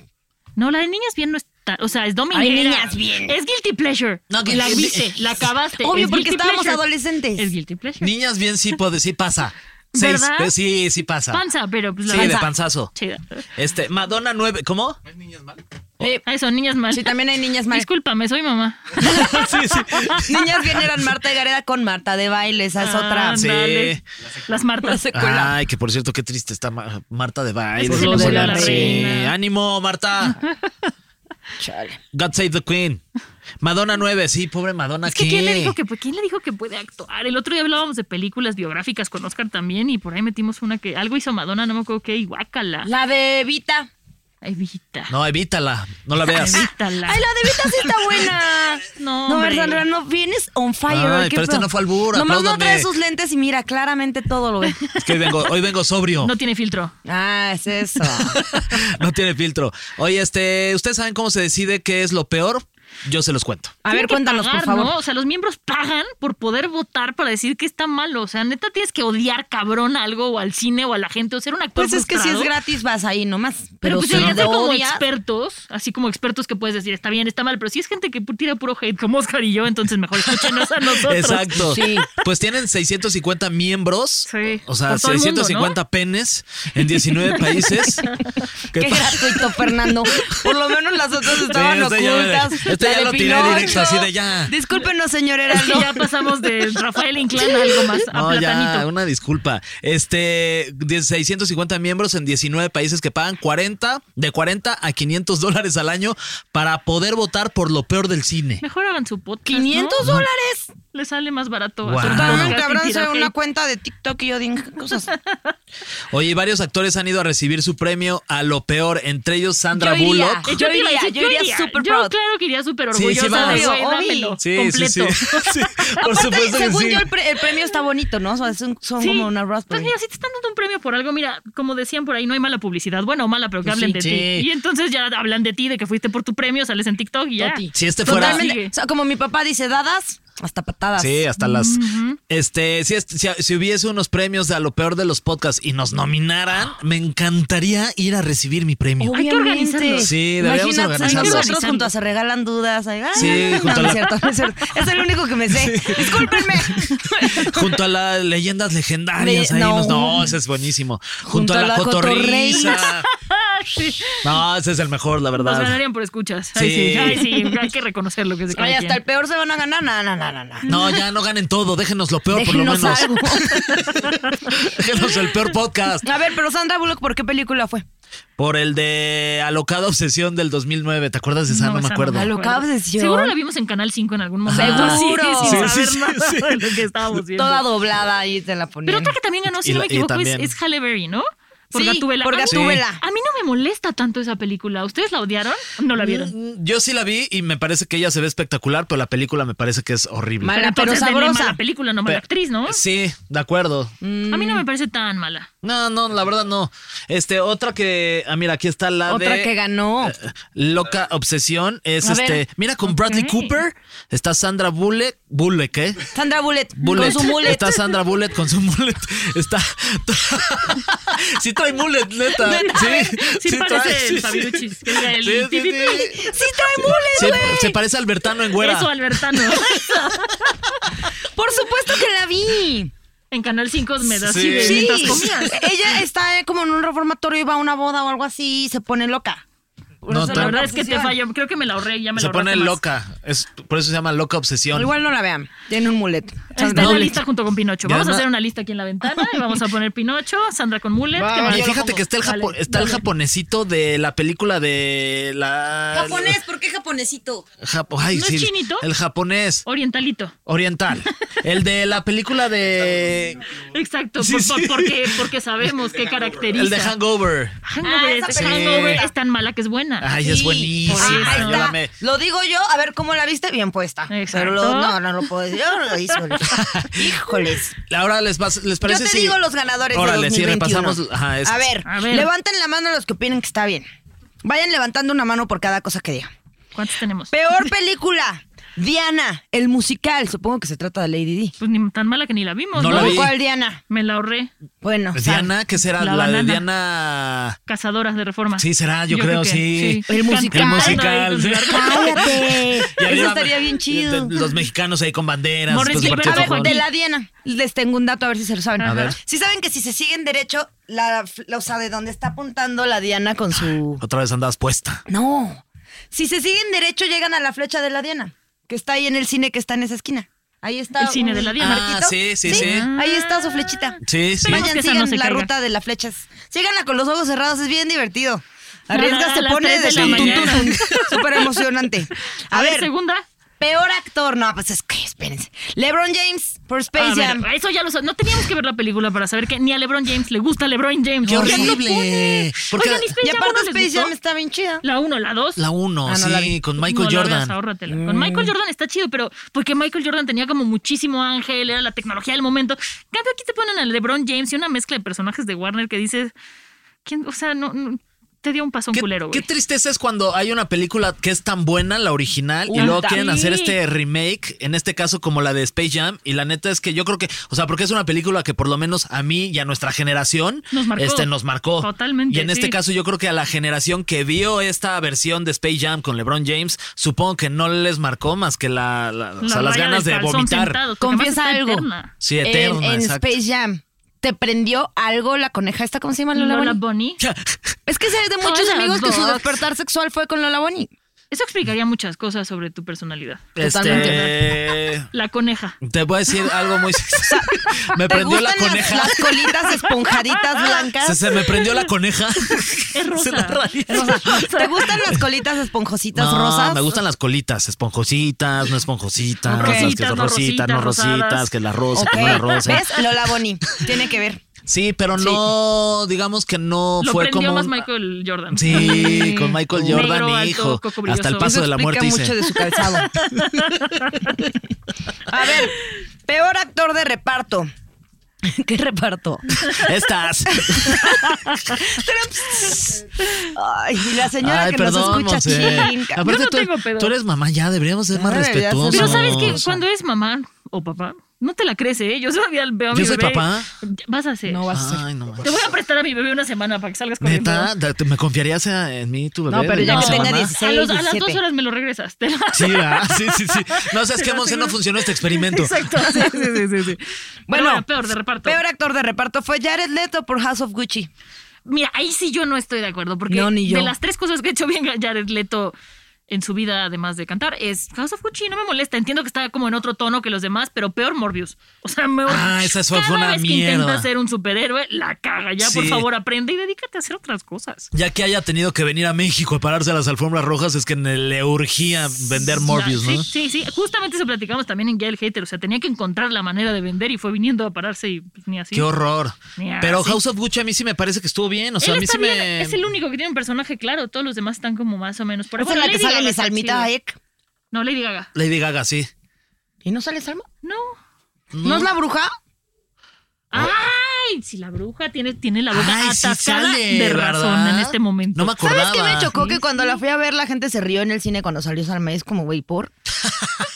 No, la de niñas bien no está. O sea, es dominguera. Ay, niñas bien. Es guilty pleasure. No, que- la viste, la acabaste. Obvio, es porque guilty estábamos pleasure. adolescentes. Es guilty pleasure. Niñas bien sí puede, sí pasa. Seis, ¿Verdad? eh, sí, sí pasa. Panza, pero pues la sí, de panza. panzazo. Chida. Este, Madonna 9, ¿cómo? Oh. Ah, Eso, niñas mal. Sí, también hay niñas mal. Discúlpame, soy mamá. sí, sí. Niñas bien eran Marta y Gareda con Marta de baile, esa Ah. es otra. Sí. Ándale. Las martas. Ay, que por cierto, qué triste está Ma- Marta de Baile. Es que se le Sí, murió la sí. reina. Ánimo, Marta. God save the queen. Madonna 9, sí, pobre Madonna. Es que ¿qué? ¿quién le, dijo que, pu- ¿quién le dijo que puede actuar? El otro día hablábamos de películas biográficas con Oscar también y por ahí metimos una que algo hizo Madonna, no me acuerdo qué, y guácala. La de Vita. Evita. No, evítala, no la veas. Evítala. Ay, la de Vita sí está buena. No, No, hombre. Sandra, no vienes on fire. Ay, ¿verdad? ¿Qué pero este pedo? no fue albur, Nomás no apláudame. trae sus lentes y mira, claramente todo lo ve. Es que hoy vengo, hoy vengo sobrio. No tiene filtro. Ah, es eso. No tiene filtro. Oye, este, ¿ustedes saben cómo se decide qué es lo peor? Yo se los cuento. A Tienen ver, que cuéntanos, pagar, por favor. ¿no? O sea, los miembros pagan por poder votar para decir que está malo. O sea, neta tienes que odiar cabrón a algo o al cine o a la gente o ser un actor Pues es que si es frustrado. gratis, vas ahí nomás. Pero, Pero, pues si deberían ser lo como odias, expertos, así como expertos que puedes decir está bien, está mal, pero si es gente que pu- tira puro hate como Oscar y yo, entonces mejor escúchenos a nosotros. Exacto. Sí. Pues tienen 650 miembros, Sí. o sea, Por todo el mundo, 650 penes en 19 países. ¿Qué Qué pa- gratuito, Fernando. Por lo menos las otras estaban este ya- ocultas. este La ya de lo tiré Pinocho. directo, así de ya. Discúlpenos, señor Es que Heraldo. ya pasamos de Rafael Inclán a algo más, a No, Platanito. ya, una disculpa. Este, de 650 miembros en 19 países que pagan 40, de 40 a 500 dólares al año para poder votar por lo peor del cine. Mejor hagan su podcast. ¿no? ¿500 dólares? Le sale más barato. Wow. hacer un Cabrón, podcast y Cabrón, tirar soy una hate. cuenta de TikTok y yo digo cosas. Oye, y varios actores han ido a recibir su premio a lo peor, entre ellos Sandra Yo iría. Bullock. Eh, Yo, Yo te iba a iría, decir, yo yo iría iría. súper Yo proud. claro que iría súper Sí, sí, orgullosa de, vamos. güey, Obvio, dámelo, Sí, completo. sí, sí, Sí, Por Aparte, supuesto que según sí. yo, el, pre- el premio está bonito, ¿no? O sea, son, son Sí. como una Pues raspberry. mira, si te están dando un premio por algo, mira, como decían por ahí, no hay mala publicidad. Bueno o mala, pero que Pues hablen sí, de sí. ti. Y entonces ya hablan de ti, de que fuiste por tu premio, sales en TikTok y ya. Toti. Si este fuera- Totalmente. Sigue. O sea, como mi papá dice, dadas, Hasta patadas. Sí, hasta las. Este, si, es- si, si hubiese unos premios de a lo peor de los podcasts y nos nominaran, me encantaría ir a recibir mi premio. Hay que organizarlo. Sí, deberíamos Imagínate, organizarlo. nosotros juntos se regalan dudas. ay, ay, Sí, ay, no, junto a no la- es cierto, no es cierto. Es el único que me sé. Discúlpenme. Junto a las leyendas legendarias, Le- ahí no. nos- no. ese es buenísimo. Junto, a la, cotorriza. Sí. No, ese es el mejor, la Nos verdad. ganarían por escuchas. Ay, Sí. sí. Ay, sí. Hay que reconocer lo que se Oye, hasta el peor se van a ganar. No, no, no, no. no. No, ya no ganen todo, déjenos lo peor por Déjenos lo menos. algo. déjenos el peor podcast. A ver, pero Sandra Bullock, ¿por qué película fue? Por el de Alocada Obsesión del 2009, ¿te acuerdas de esa? No, me acuerdo. Ah, acuerdo. Alocada Obsesión. Seguro la vimos en Canal 5 en algún momento. Ajá. Sí, Seguro. sin saber Sí, sí, nada sí, sí. de lo que estábamos viendo. Toda doblada ahí te la ponían. Pero otra que también ganó, si Y no la- me y equivoco, es, también- es Halle Berry, ¿no? Por Sí, Gatúbela. Ah, por A mí- Gatúbela. A mí no me molesta tanto esa película. ¿Ustedes la odiaron? No la vieron. Mm, Yo sí la vi y me parece que ella se ve espectacular, pero la película me parece que es horrible. Mala, pero entonces denle sabrosa. Mala película, no mala Pe- actriz, ¿no? Mm. Sí, de acuerdo. A mí no me parece tan mala. No, no, la verdad no. Este, otra que. Ah, mira, aquí está la Otra de. eh, que ganó. Loca Obsesión. Es A ver. este. Mira, con Bradley Ok. Cooper. Está Sandra Bullock. Bullock, ¿eh? Sandra Bullet. Bullet. Con su mullet. Está Sandra Bullet con su mullet. Está. sí trae mullet, neta. Sí, Sí, parece el sí. Fabiruchis, que es el- Sí, sí, sí. Sí, trae mullet, Se, güey. se parece a Albertano en güera. Eso, Albertano. Por supuesto que la vi. en Canal 5 me das Sí. así de mientras comías. Ella está eh, como en un reformatorio y va a una boda o algo así y se pone loca. No, O sea, la tra- verdad es que te fallo. Creo que me la ahorré, ya me se la pone ahorraste más. loca. Es, por eso se llama Loca Obsesión. Igual no la vean. Tiene un mulet. Está en la lista junto con Pinocho. Y Vamos además- a hacer una lista aquí en la ventana y vamos a poner Pinocho, Sandra con Mullet. ¿qué más? Y fíjate que está el, japo- Vale, está el vale. japonesito de la película de la. ¿por qué japonesito? Japo- ay, ¿No es sí, chinito? El japonés. Orientalito. Oriental. El de la película de. Exacto, Sí, por- sí. por- porque, porque sabemos qué caracteriza. El de Hangover. Hangover, Ah, es, esa Hangover película. es tan mala que es buena. Ay, es buenísima. ahí yo está. la amé. Lo digo yo, a ver cómo la viste, bien puesta. Exacto. Pero lo- no, no lo puedo decir. Yo no lo hice. Híjoles. Ahora les, pas- les Yo parece te si- digo los ganadores Órale, de sí, 2021. repasamos. ajá, es- a, ver, A ver. levanten la mano los que opinen que está bien. Vayan levantando una mano por cada cosa que diga. ¿Cuántos tenemos? Peor película. Diana, el musical. Supongo que se trata de Lady D. Pues ni tan mala que ni la vimos, No ¿no? la vi. ¿Pues ¿Cuál Diana? Me la ahorré. Bueno, Diana, ¿qué será? La, La de banana. Diana. Cazadoras de reforma. Sí, será, yo, creo, que- sí. El musical. El Cantando musical. ahí con sí. su arpa. Cállate. Y había Eso estaría bien chido. de- Los mexicanos ahí con banderas. Morris después de Gilbert, A partido de ver, fútbol. de la Diana. Les tengo un dato a ver si se lo saben. A ver. Si saben que si se siguen derecho, la, la- o sea, de donde está apuntando la Diana con su. Otra vez andabas puesta. No. Si se siguen derecho, llegan a la flecha de la Diana, que está ahí en el cine que está en esa esquina. Ahí está. El cine de la Diana. Ah, marquito. sí, sí, sí. Ah. Ahí está su flechita. Sí, sí. Esperemos Vayan, que esa sigan no se la caiga. ruta de las flechas. Síganla con los ojos cerrados, es bien divertido. Arriesgas, A te las pone tres de de la tun, tun, mañana. tun. Súper emocionante. A, ver, segunda. peor actor. No, pues es que, espérense. LeBron James por Space A ver, Jam. Ah, eso ya lo sabemos. No teníamos que ver la película para saber que ni a LeBron James le gusta LeBron James. ¡Qué ¿Por no horrible! pone? Porque- Oigan, ¿y Space Y Jam aparte uno les Space Jam gustó? está bien chida. La 1, la 2. La 1, Ah, no, la sí, vi. con Michael No la Jordan. veas, ahórratela. Con Mm. Michael Jordan está chido, pero porque Michael Jordan tenía como muchísimo ángel, era la tecnología del momento. En Cambio aquí te ponen al LeBron James y una mezcla de personajes de Warner que dices, ¿quién? O sea, no, no- te dio un pasón ¿Qué, culero, qué güey. tristeza es cuando hay una película que es tan buena, la original, y Puta. luego quieren Sí. hacer este remake, en este caso como la de Space Jam, y la neta es que yo creo que, o sea, porque es una película que por lo menos a mí y a nuestra generación Nos marcó. Este, nos marcó. Totalmente, Y en este sí. caso yo creo que a la generación que vio esta versión de Space Jam con LeBron James, supongo que no les marcó más que la, la- o sea, las raya ganas del de calzón vomitar. sentados, porque además Confiesa está algo. eterna. Sí, eterna, en en exacto. Space Jam. ¿Te prendió algo la coneja esta? ¿Cómo se llama? Lola, Lola Bunny? Bunny. Es que sé de muchos Hola, amigos que su Vox. despertar sexual fue con Lola Bonnie. Eso explicaría muchas cosas sobre tu personalidad. Este, La coneja. te voy a decir algo muy... me ¿Te prendió gustan la las- coneja. Las, colitas esponjaditas blancas? Se, se me prendió la coneja. Es rosa. Se la rayé. Rosa, ¿Te gustan las colitas esponjositas No, rosas? me gustan las colitas, esponjositas, no esponjositas, Ok. las que son Rositas, rositas, no no rositas, rositas, rosadas. que la rosa, Ok. que no la rosa. ¿Ves? Lola Bonnie. Tiene que ver. Sí, pero no, digamos que no Lo fue prendió como. más un- Michael Jordan. Sí, con Michael Negro, Jordan, alto, hijo. coco brilloso. Hasta el paso de la Explica muerte mucho hice. de su calzado. A ver, peor actor de reparto. ¿Qué reparto? Estas. Ay, y la señora Ay, que perdón, nos escucha, Monse. Ah, chinga. Aparte, Yo no tú, tengo pedo. tú eres mamá ya, deberíamos ser más Ah, deberías ser- respetuosos. Pero sabes que cuando eres mamá o papá, no te la crees, ¿eh? Yo todavía veo a mi ¿Yo soy bebé. papá? Vas a ser. No vas a ser. Ay, no manches. Te voy a prestar a mi bebé una semana para que salgas con Neta, da- te- ¿me confiarías a- en mí, tu bebé? pero de ya No, que su tenga mamá? 16. a, los- a las 17. dos horas me lo regresas. te la- Sí, ¿verdad? sí, sí, sí. No, sabes que Monse no funcionó este experimento. Exacto. Sí, sí, sí, sí. Bueno, Bueno, peor de reparto. Peor actor de reparto fue Jared Leto por House of Gucci. Mira, ahí sí yo no estoy de acuerdo, porque No, ni yo. de las tres cosas que ha hecho bien Jared Leto en su vida, además de cantar, es House of Gucci, no me molesta. Entiendo que está como en otro tono que los demás, pero peor Morbius. O sea, me Ah, esa fue- Cada fue una vez que mierda. intenta ser un superhéroe, la caga. Ya, por Sí. favor, aprende y dedícate a hacer otras cosas. Ya que haya tenido que venir a México a pararse a las alfombras rojas, es que le urgía vender Morbius, sí, ¿no? Sí, sí. Justamente eso platicamos también en Ya el Hater. O sea, tenía que encontrar la manera de vender y fue viniendo a pararse y pues, ni así. Qué horror. Ni así. Pero House of Gucci a mí sí me parece que estuvo bien. O sea, Él a mí está sí bien, me. es el único que tiene un personaje claro. Todos los demás están como más o menos. Por ¿Es en la que sale mi Salmita ¿eh? Hayek? No, Lady Gaga. Lady Gaga, sí. ¿Y no sale Salma? No. Oh. Mm. ¿No es la bruja? ¡Ay! Si la bruja tiene, tiene la boca Ay, sí atascada sale, de razón ¿verdad? en este momento. No me acordaba. ¿Sabes qué me chocó? Mm. Que cuando la fui a ver, la gente se rió en el cine cuando salió Salma. Y es como, güey, ¿por? Ah,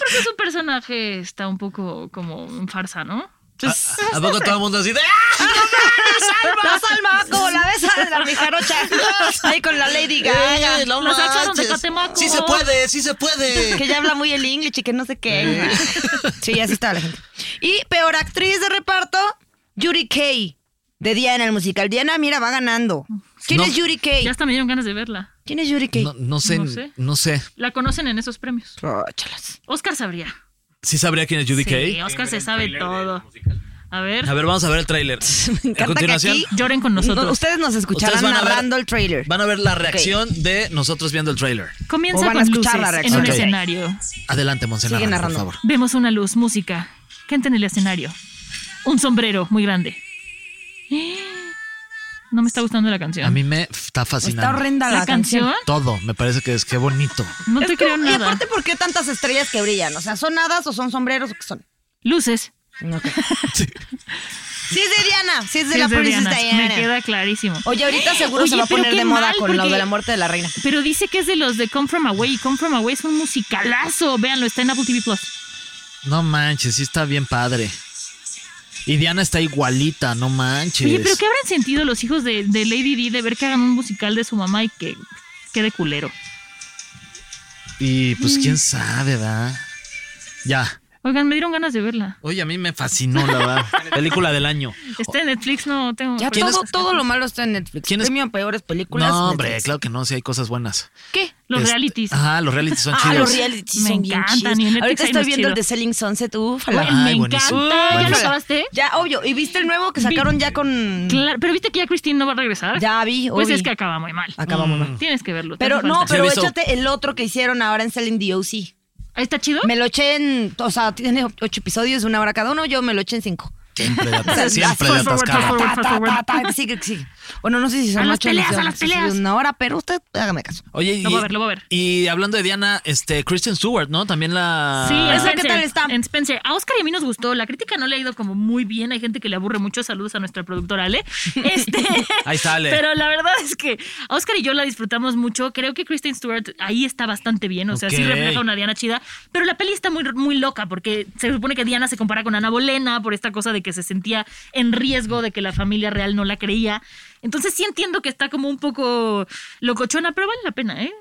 Creo que su personaje está un poco como en farsa, ¿no? Pues, ¿A, a poco todo el mundo así de. ¡Ah! ¡Salma, Salma! Como la ves a la mijarocha. Ahí con la Lady Gaga. Eh, no la sacaron de manches! Catemaco. Sí se puede, sí se puede. Que ya habla muy el inglés y que no sé qué. Sí, así estaba la gente. Y peor actriz de reparto, Yuri Kay. De Diana, el musical. Diana, mira, va ganando. ¿Quién No. es Yuri Kay? Ya hasta me dieron ganas de verla. ¿Quién es Yuri Kay? No, no sé, No sé. no sé. La conocen en esos premios. Róchalas. Oscar sabría. Sí sabría quién es Judy Sí, Kay. Oscar se sabe todo. A ver, A ver, vamos a ver el tráiler. Me A encanta que continuación, aquí lloren con nosotros. no- ustedes nos escucharán Ustedes van a ver- narrando el trailer. van a ver la reacción de nosotros viendo el tráiler. Comienza O van a con luces escuchar la en reacción. un Ok. escenario. Adelante, Monsenara, Sigue por narrando. favor. Vemos una luz, música. Gente en el escenario. Un sombrero muy grande. No me está gustando la canción. A mí me está fascinando. Está horrenda la, ¿La canción? Todo, me parece que es que bonito. No te Es como- creo Y nada. aparte, ¿por qué tantas estrellas que brillan? O sea, ¿son hadas o son sombreros o qué son? Luces. Sí es de Diana, sí es de Sí, la es de Princess Diana, Diana. Me queda clarísimo. Oye, ahorita seguro Oye, se va a pero poner qué de moda mal, con lo porque- de la muerte de la reina. Pero dice que es de los de Come From Away. Come From Away es un musicalazo. Véanlo, está en Apple TV Plus. No manches, sí está bien padre. Y Diana está igualita, no manches. Oye, pero ¿qué habrán sentido los hijos de, de Lady D de ver que hagan un musical de su mamá y que quede culero? Y Mm. pues quién sabe, ¿verdad? Ya. Oigan, me dieron ganas de verla. Oye, a mí me fascinó, la verdad. Película del año. Este, Está en Netflix, no tengo. Ya pero- todo, todo lo malo está en Netflix. ¿Quién es- Premio a peores películas. Oh, No, hombre, Netflix. claro que no, si hay cosas buenas. ¿Qué? Los Este- realities. Ajá, los realities son Ah, chidos. los reality Me son bien encantan, chidos. y en Netflix Ahorita hay estoy unos viendo el de chidos. Selling Sunset. Uf, Güey, Ay, me buenísimo. encanta. ¿Ya lo Buenísimo. acabaste? Ya, obvio. ¿Y viste el nuevo que sacaron ya con...? Claro, pero viste que ya Christine no va a regresar. Ya vi, Pues obvio. es que acaba muy mal. Mm. Acaba muy mal. Tienes que verlo. te Pero hace no, falta. pero Se me hizo- échate el otro que hicieron ahora en Selling DOC. ¿Ah, ¿Está chido? Me lo eché en... O sea, tiene ocho episodios de una hora cada uno. Yo me lo eché en cinco. Siempre de, atas- Fast siempre de forward, fast atascado. forward. Ta, ta, ta, ta, sigue, sigue. Bueno, no sé si A son las ocho peleas, a episodios, las peleas. episodios de una hora, pero usted hágame caso. Oye, y, Lo voy a ver, lo voy a ver. y hablando de Diana, este, Kristen Stewart, ¿no? También la... Sí, en ¿Esa qué Spencer, tal está? En Spencer. A Oscar y a mí nos gustó. La crítica no le ha ido como muy bien. Hay gente que le aburre mucho. Saludos a nuestra productora Ale. Este, Ahí está Ale. Pero la verdad es que a Oscar y yo la disfrutamos mucho. Creo que Kristen Stewart ahí está bastante bien. O sea, sí Ok. refleja una Diana chida. Pero la peli está muy, muy loca porque se supone que Diana se compara con Ana Bolena por esta cosa de que se sentía en riesgo de que la familia real no la creía. Entonces sí entiendo que está como un poco locochona, pero vale la pena, ¿eh?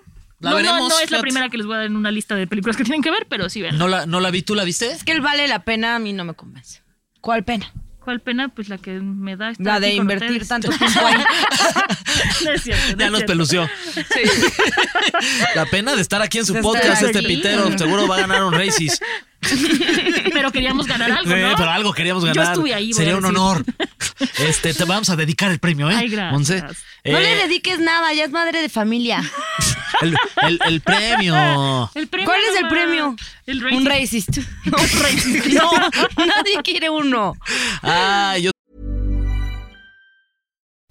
La no, no- veremos, no es la fíjate. primera que les voy a dar en una lista de películas que tienen que ver, pero sí ven. ¿No la, ¿No la vi? ¿Tú la viste? Es que el vale la pena a mí no me convence. ¿Cuál pena? ¿Cuál pena? Pues la que me da estar La de aquí con invertir ustedes. tanto tiempo ahí. No es cierto, no Ya es nos cierto. pelució. La pena de estar aquí en su De estar podcast, este aquí. pitero. Seguro va a ganar un Races. Pero queríamos ganar algo, Eh, ¿no? Pero algo queríamos ganar. Yo estuve ahí. voy Sería a un decir. honor. Este, te vamos a dedicar el premio, ¿eh? Ay, gracias. Monse? No le Eh, dediques nada, ya es madre de familia. el, el- el premio. El premio, ¿Cuál es el mamá. premio? El Un rating. racist. No, un racist. No, nadie quiere uno. Ah, yo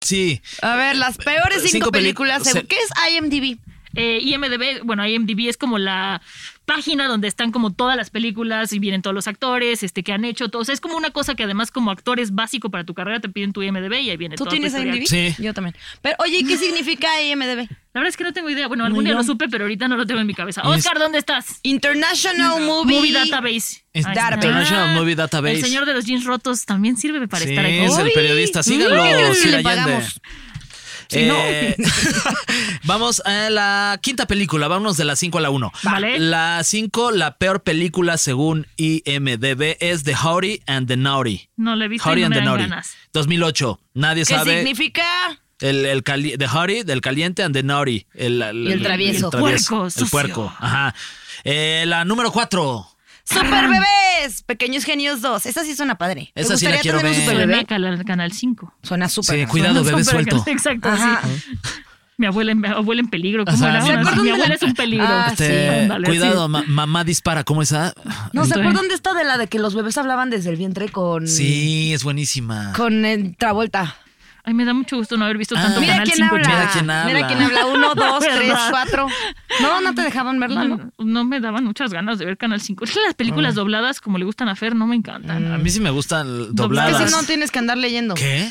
Sí. A ver, las peores cinco, Cinco peli- películas. según- se- ¿Qué es IMDb? Eh, IMDB, bueno, IMDB es como la página donde están como todas las películas y vienen todos los actores, este, que han hecho, todo. O sea, es como una cosa que además como actor es básico para tu carrera, te piden tu IMDB y ahí viene ¿Tú toda tu tienes historia. IMDb? Sí. Yo también. Pero, oye, ¿qué significa IMDb? La verdad es que no tengo idea. Bueno, algún día lo supe, pero ahorita no lo tengo en mi cabeza. Y es- Oscar, ¿dónde estás? International Movie, Movie Database. Es- Ahí está. International Movie Database. El señor de los jeans rotos también sirve para Sí, estar Oh, aquí. es el periodista. Síganlo, Uy, Sir le Allende. pagamos. Sí, no. Eh, vamos a la quinta película. Vámonos de la 5 a la 1. Vale. La 5, la peor película según IMDB, es The Howdy and the Naughty. No la he visto Howdy y no and me the dan Naughty. ganas. 2008. Nadie ¿Qué sabe. significa? El, el cali- the hottie, del caliente and the naughty. El, el- Y el travieso. Puerco, el sucio. puerco. Ajá. Eh, la número cuatro. Super Bebés, Pequeños Genios 2. Esa sí suena padre. ¿Te Esa sí la gustaría quiero tener un ver. Super Suena Bebé? a canal, canal 5. Suena súper. Sí, Suena cuidado, bebé Súper suelto. canal- Exacto, Ajá. sí. Mi abuela, en- mi abuela en peligro. ¿Cómo Ajá, era? ¿se Una- acuerdan mi de la- abuela es un peligro. Ah, Este, Ándale, cuidado, así. ma- mamá dispara. ¿Cómo Ah, esa? No, ¿se Estoy- acuerdan de esta de la de que los bebés hablaban desde el vientre con, Sí, es buenísima. con eh, Travolta? Ay, me da mucho gusto no haber visto Ah. tanto Mira canal quién 5. habla. Mira quién habla. Mira quién habla. Uno, dos, tres, ¿Verdad? cuatro. No, no te dejaban verla, ¿no? No, no me daban muchas ganas de ver Canal 5. Es que las películas Ah. dobladas, como le gustan a Fer, no me encantan. A mí sí me gustan Dobladas. Es dobladas. que Pues si no tienes que andar leyendo. ¿Qué?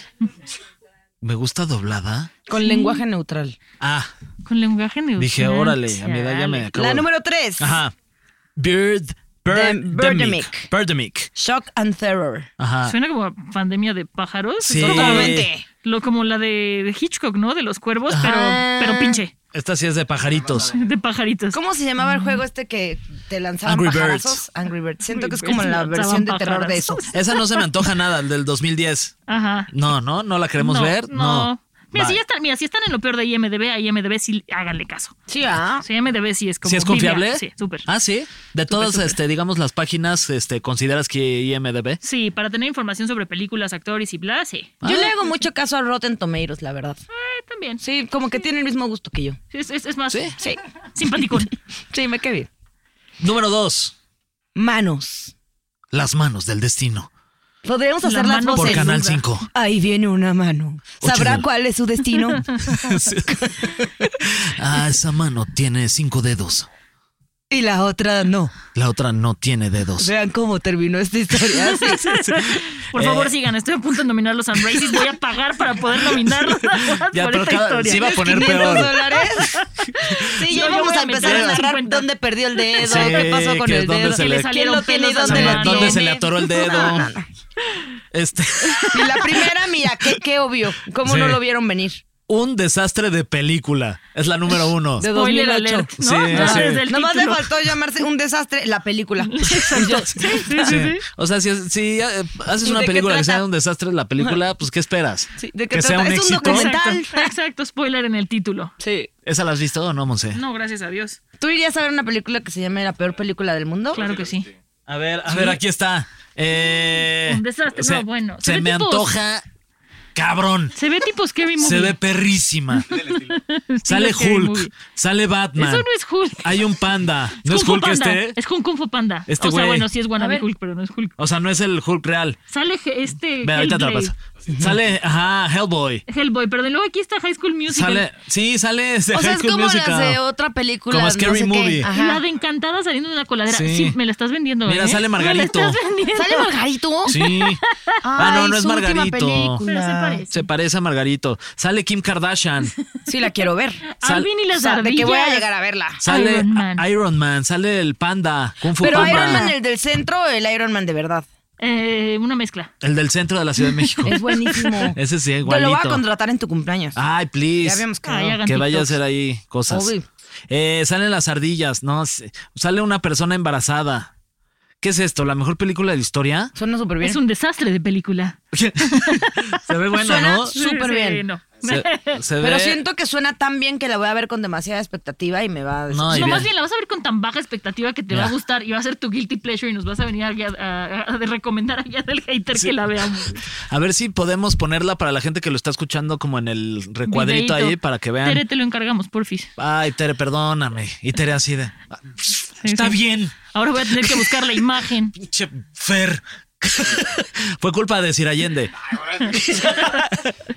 ¿Me gusta doblada? Con lenguaje neutral. Ah, Con lenguaje neutral. dije, órale, a mi edad ya me acabo. La de- número tres. Ajá. Bird. Dem- Birdemic. Birdemic. Shock and Terror. Ajá. Suena como a pandemia de pájaros. ah. Sí. Totalmente. Lo, como la de, de Hitchcock, ¿no? De los cuervos, pero, Ajá. pero pinche. Esta sí es de pajaritos. De pajaritos. ¿Cómo se llamaba Mm. el juego este que te lanzaban Angry pajarazos? Birds. Angry Birds. Siento Angry que es como Birds la lanzaban versión de terror de eso. pajarazos. Esa no se me antoja nada, el del 2010. Ajá. No, no, no la queremos No, ver. No. Mira, si, Bye. ya están, mira, si están en lo peor de IMDB, a IMDB sí háganle caso. Sí, ah. Sí, IMDB sí es como. ¿Sí es confiable? Biblia. Sí, súper. Ah, sí. De todas, súper. este, digamos, las páginas, este, consideras que IMDB. Sí, para tener información sobre películas, actores y bla, sí. Ah. Yo le hago mucho caso a Rotten Tomatoes, la verdad. Eh, también. Sí, Sí, como que tiene el mismo gusto que yo. Es, es- es más. Sí. Sí. Simpaticón. Sí, me quedé bien. Número dos, Manos. las manos del destino. Podríamos La hacer las mano voces. Por Canal duda. 5. Ahí viene una mano. Ocho ¿Sabrá del- cuál es su destino? Ah, esa mano tiene cinco dedos. Y la otra no. La otra no tiene dedos. Vean cómo terminó esta historia. Sí. Por Eh. favor, sigan. Estoy a punto de nominar los Unraces. Voy a pagar para poder nominarlos Ya, por pero esta cada- historia. sí va a poner 500 peor. dólares. Sí, ya No, yo vamos voy a a empezar meter a narrar 50. dónde perdió el dedo, Sí, qué pasó con que el dónde dedo, se le- quién lo salieron tiene y pelos a dónde la lo mano. ¿Dónde tiene. se le atoró el dedo? No, no, no. Este, Y la primera, mira, qué, qué obvio. ¿Cómo Sí. no lo vieron venir? un desastre de película. Es la número uno. De Spoiler 2008. alert. ¿no? Sí, Ya sí. Ah, desde el Nomás le título. faltó llamarse un desastre la película. Exacto. Sí, sí, sí, Sí. sí. O sea, si, es- si, eh, haces ¿De una qué película que sea trata? un desastre la película, pues ¿qué esperas? Sí, ¿de qué que sea trata? un Es un éxito. documental. Exacto, exacto, spoiler en el título. Sí. ¿Esa la has visto o no, Monse? No, gracias a Dios. ¿Tú irías a ver una película que se llame La peor película del mundo? Claro que sí. A ver, a ver, aquí está. Eh, Un desastre, no, bueno. Se Se ve me tipo- antoja cabrón. Se ve tipo Scary Movie. Se ve perrísima. sale Scary Hulk, Movie. sale Batman. Eso no es Hulk. Hay un panda. ¿No Kung es Fu Hulk Panda. este? Es Kung Kung Fu Panda. Este o sea, güey. bueno, sí es A Wannabe ver. Hulk, pero no es Hulk. O sea, no es el Hulk real. Sale je- este. Ve, ahorita te la Hellblade. paso. Sale, ajá, Hellboy. Hellboy, pero de luego aquí está High School Musical. Sale, sí, sale ese O sea, High es School como Musical. las de otra película, Como no Scary sé qué. Movie. Ajá. La de encantada saliendo de una coladera. Sí. Sí, me la estás vendiendo. Mira, ¿eh? sale Margarito. Me la estás vendiendo. ¿Sale Margarito? Sí. ah, no, no es Margarito. Pero se parece. Se parece a Margarito. Sale Kim Kardashian. Sí, la quiero ver. Sal- Alvin y las O sea, de que voy a ardillas. llegar a verla. Sale Iron Iron Man. Man. sale el panda, Kung Fu Pero Panda. Iron Man, el del centro, o el Iron Man de verdad. Eh, una mezcla. El del centro de la Ciudad de México. Es buenísimo. Ese sí, Te lo igualito. Ah, voy a contratar en tu cumpleaños. Ay, please. Ya habíamos quedado. Ay, hagan que vaya a TikToks. hacer ahí cosas. Obvio. Eh, salen las ardillas, no sé. Sale una persona embarazada. ¿Qué es esto? ¿La mejor película de la historia? Suena súper bien. Es un desastre de película. Se ve buena, Suena ¿no? súper Sí, bien. No. Se, se ve. Pero siento que suena tan bien que la voy a ver con demasiada expectativa y me va a... No, y No, bien. más bien la vas a ver con tan baja expectativa que te va a Ya. gustar y va a ser tu guilty pleasure y nos vas a venir aquí a, a- a- de recomendar allá del hater que la veamos. A ver si podemos ponerla para la gente que lo está escuchando como en el recuadrito Videíto. ahí para que vean. Tere, te lo encargamos, porfis. Ay, Tere, perdóname. Y Tere así de. "Ah, Está sí. bien, Ahora voy a tener que buscar la imagen. pinche Fer. Fue culpa de Sir Allende.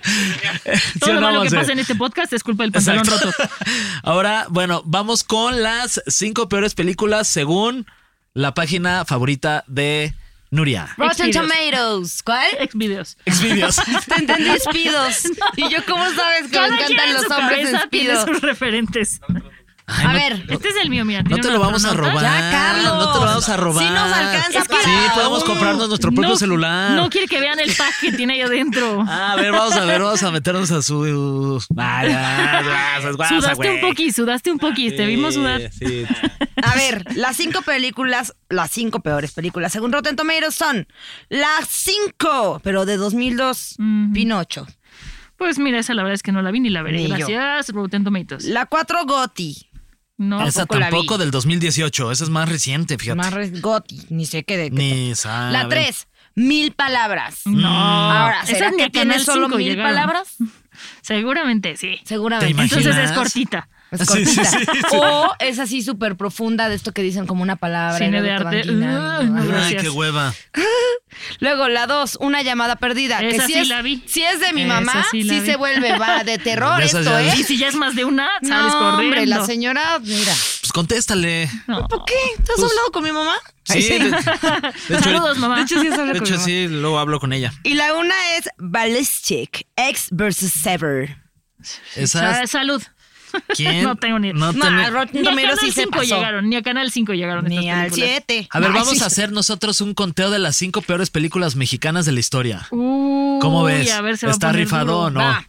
Sí, Todo lo no, malo que Monse. pasa en este podcast es culpa del pantalón Exacto. roto. Ahora, bueno, vamos con las cinco peores películas según la página favorita de Nuria. Rotten Expidos. Tomatoes. ¿Cuál? Ex videos. Xvideos. Te entendí espidos. Y yo, ¿cómo sabes que me encantan los hombres tiene espidos? sus referentes. Ay, A no- ver. Este es el mío, mira. No tiene te una lo vamos a patronota. robar. Ya, Carlos. No te lo vamos a robar. Sí nos alcanza Es que- para Sí, podemos un- comprarnos nuestro propio No, celular. No quiere que vean el pack que tiene ahí adentro. Ah, A ver, vamos a ver, vamos a meternos a su. Vaya, gracias, pues guasa, sudaste güey. un poquis, sudaste un poquis. Te vimos sudar. Sí, sí. A ver, las cinco películas, las cinco peores películas, según Rotten Tomatoes, son las cinco, pero de 2002, Pinocho. Pues mira, esa la verdad es que no la vi ni la veré. Ni yo. Gracias, Rotten Tomatoes. La cuatro, Gotti. No, Esa tampoco la vi. tampoco del 2018, esa es más reciente, fíjate. Más res- Gotti, ni sé qué de qué. Ni saben. La tres, Mil Palabras. No. Ahora, Esa ¿será ni que a tiene Canal solo cinco mil llegaron. palabras? seguramente sí. Seguramente. Te Entonces es imaginas? cortita. Es Sí, cortita. sí, sí, sí. O es así súper profunda de esto que dicen como una palabra. y Cine de luego te van arte. guiñando. Ay, no, Ay, gracias. qué hueva. Luego la dos, una llamada perdida. Esa que si sí es, la vi. Si es de mi Esa mamá, sí sí, la vi. se vuelve va, de terror De esas esto, ya Y ¿eh? si ya es más de una, sabes no, corriendo. hombre, la señora, mira. Pues contéstale. No. ¿Por qué? ¿Tú has hablado con mi mamá? Ay, Sí. de- de hecho, Saludos, mamá. De hecho, sí has hablado De con hecho, mi mamá. sí, luego hablo con ella. Y la una es Ballistic, Ex versus Sever. Sa- Esa salud. ¿Quién? No tengo ni idea. No No, tengo- al Rotten Ni a Canal Tomatoes sí se 5 pasó. llegaron, ni a Canal 5 llegaron. Ni estas al películas. 7. A ver, Ay, vamos sí. a hacer nosotros un conteo de las cinco peores películas mexicanas de la historia. Uy, ¿Cómo ves? a ver, se va a ¿Está poner rifado duro. o no? Va.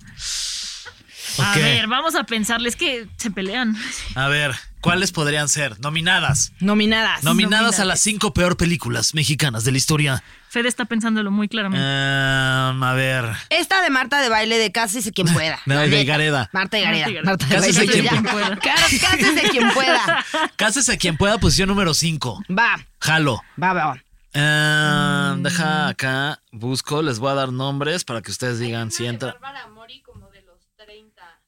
A Ok. ver, vamos a pensarles que se pelean. A ver, ¿cuáles podrían ser? Nominadas. Nominadas. Nominadas a las cinco peor películas mexicanas de la historia. Fede está pensándolo muy Ah. claramente. Em, a ver. Esta de Marta de baile de casi quien pueda. No, la de neta. Gareda. Marta de Gareda. Marta de Cásese baile. quien ya. pueda. Claro, Cásese quien pueda. Cásese a quien pueda, posición número cinco. Va, Jalo. va, va. va. Em, Mm. Deja acá, busco, les voy a dar nombres para que ustedes digan si entra.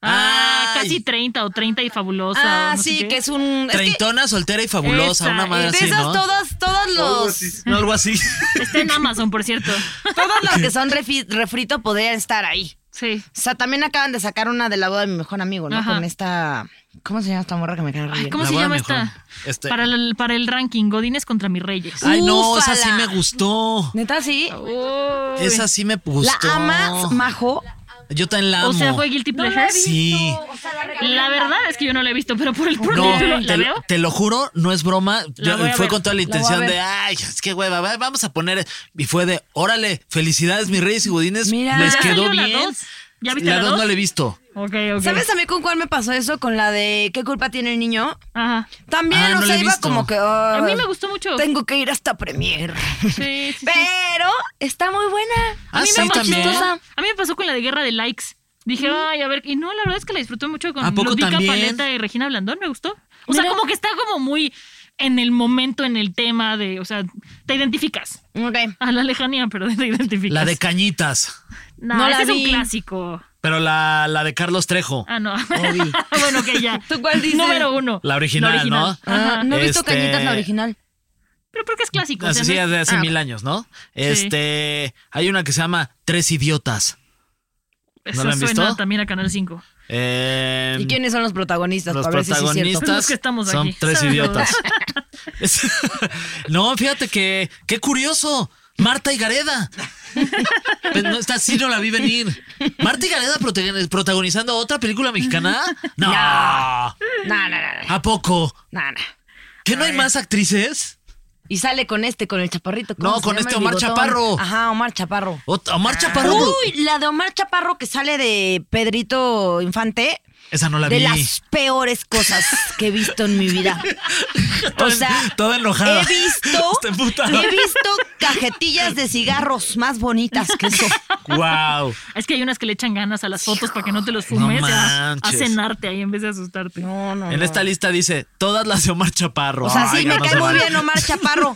Ah, Ay. casi 30 o 30 y fabulosa. Ah, o no sé sí, qué. que es un. es que Treintona, soltera y fabulosa, Esa, una madre eh, de así, esas ah, ¿no? todas, todos Oh, los. No, algo así. Está en Amazon, por cierto. Todos los que son refi- refrito podrían estar ahí. Sí. O sea, también acaban de sacar una de la boda de mi mejor amigo, ¿no? Ajá. Con esta. ¿Cómo se llama esta morra que me cae re Ay, bien? ¿Cómo La se voy a llama mejor. esta? Este- Para, el, para el ranking, Godines contra mis reyes. Ay, no, esa sí me Ufala. gustó. Neta, sí. Uy. Esa sí me ¿La gustó. amas, Majo? Yo también la amo. o sea, fue Guilty Pleasure. Sí. La verdad es que yo no la he visto, pero por el puro No, título, ¿la te, veo? te lo juro, no es broma. La Yo- voy a fue ver. con toda la La intención voy a de, ay, es que hueva, va- vamos a poner. Y fue de, órale, felicidades, mis reyes y budines. Mira. les ¿Ya quedó salió la bien. dos? ¿Ya viste la dos dos? no la he visto. Ok, ok. ¿Sabes a mí con cuál me pasó eso? Con la de ¿Qué culpa tiene el niño? Ajá. También, Ah, o no la sea, he iba visto. como que. A mí "Ah, me gustó mucho. Tengo que ir hasta Premier. Sí, sí, sí. Pero está muy buena. Ah, sí, me pasó- también. A mí me pasó con la de Guerra de Likes. Dije, ay, a ver, y no, la verdad es que la disfruté mucho con ¿A poco Ludica también? Paleta y Regina Blandón, me gustó. O sea, como que está como muy en el momento, en el tema de, o sea, te identificas. A la lejanía, pero te identificas. La de Cañitas. No, No la ese es un vi. clásico. Pero la, la de Carlos Trejo. Ah, no. bueno, que ya. ¿Tú cuál dices? Número uno. Oh, La original, ¿no? Ah, no he visto Este- Cañitas la original. Pero porque es clásico. o sea, Así no es es- de hace Ah, mil años, ¿no? Este. Hay una que se llama Tres Idiotas. Eso la han suena visto? también a Canal 5. Eh, ¿Y quiénes son los protagonistas? Los Para ver si sí es cierto. protagonistas Los que estamos son aquí. tres Saludos. idiotas. Es- no, fíjate que qué curioso. Marta y Gareda. Pues no, esta sí no la vi venir. Marta y Gareda prote- protagonizando otra película mexicana. No. ¿A No, no, no, no, poco? no, no. ¿Que no hay más actrices? Y sale con este, con el chaparrito. ¿cómo No, se con llama? este El Omar bigotón. Chaparro. Ajá, Omar Chaparro. ¿Ot- ¿Omar Chaparro? Uy, la de Omar Chaparro que sale de Pedrito Infante. Esa no la de vi. las peores cosas que he visto en mi vida. Toda- O sea, toda enojada. he visto, Está emputada. he visto cajetillas de cigarros más bonitas que eso. Wow. Es que hay unas que le echan ganas a las fotos para que no te los fumes. No o sea, a manches. cenarte ahí en vez de asustarte. No, no. En Ah, no. esta lista dice todas las de Omar Chaparro. O sea, sí Ay, me no cae se muy vale. bien Omar Chaparro,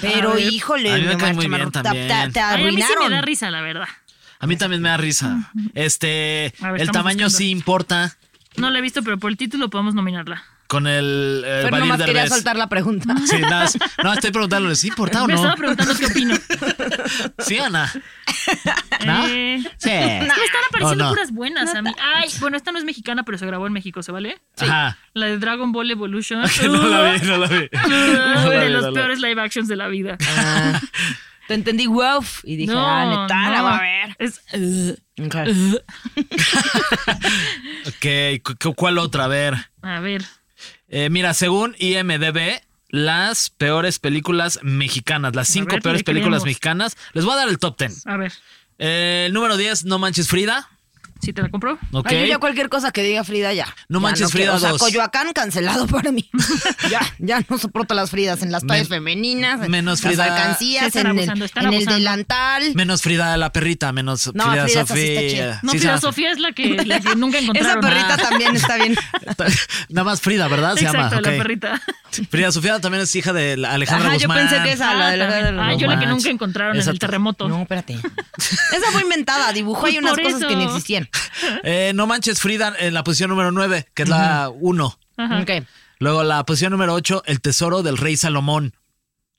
pero híjole, a mí me Omar cae muy Chaparro, bien te- también. te, te Ay, a mí sí me arruinaron. da risa, la verdad. A mí también me da risa. Este, A ver, el estamos tamaño buscando. sí importa No la he visto, pero por el título podemos nominarla. con el, el Pero Vadir nomás quería Derbez. soltar la pregunta. Sí, nada más. no, estoy preguntándole, ¿sí importa Ah, o Me no? estaba preguntando qué opino. Sí, Ana. ¿No? Eh, Sí. Me están apareciendo no. puras buenas a mí. Ay, bueno, esta no es mexicana, pero se grabó en México, ¿se vale? Ajá. La de Dragon Ball Evolution. Que no la vi, no la vi. No la vi, de Ah, los no la vi. peores live actions de la vida. Ah, te entendí, wow, y dije, ah, neta, la voy a ver. Es, Ok. Ok, cu- cu- ¿cuál otra? A ver. a ver. Eh, mira, según IMDB, las peores películas mexicanas, las cinco ver, peores le películas creemos. mexicanas, les voy a dar el top ten. A ver, Eh, el número 10, No Manches Frida. si te la compro. Ok. Ay, yo ya cualquier cosa que diga Frida ya. No Ya manches, quiero, Frida O sea, dos. Coyoacán cancelado para mí. ya, ya no soporto las Fridas en las tallas Men- femeninas, en menos las Frida- Se alcancías, están en, el, abusando, están en el abusando. delantal. Menos Frida la perrita, menos No, Frida, Frida esa sí está Sofía. chida. No, Sí, Frida se llama- Sofía es la que, la que nunca Esa encontraron. perrita Ah, también está bien. Nada más Frida, ¿verdad? Se Exacto, llama. la ok. perrita. Frida Sofía también es hija de la Alejandra Ajá, yo Guzmán. pensé que esa, Ah, la de la- también. la de la- Ah, yo la que manches. nunca encontraron en Esa- el terremoto. No, espérate. Esa fue inventada, dibujó Pues ahí unas por cosas que eso. ni existían. Eh, no manches Frida en la posición número 9, que es la 1. Ajá. Ok. Luego la posición número 8, El Tesoro del Rey Salomón,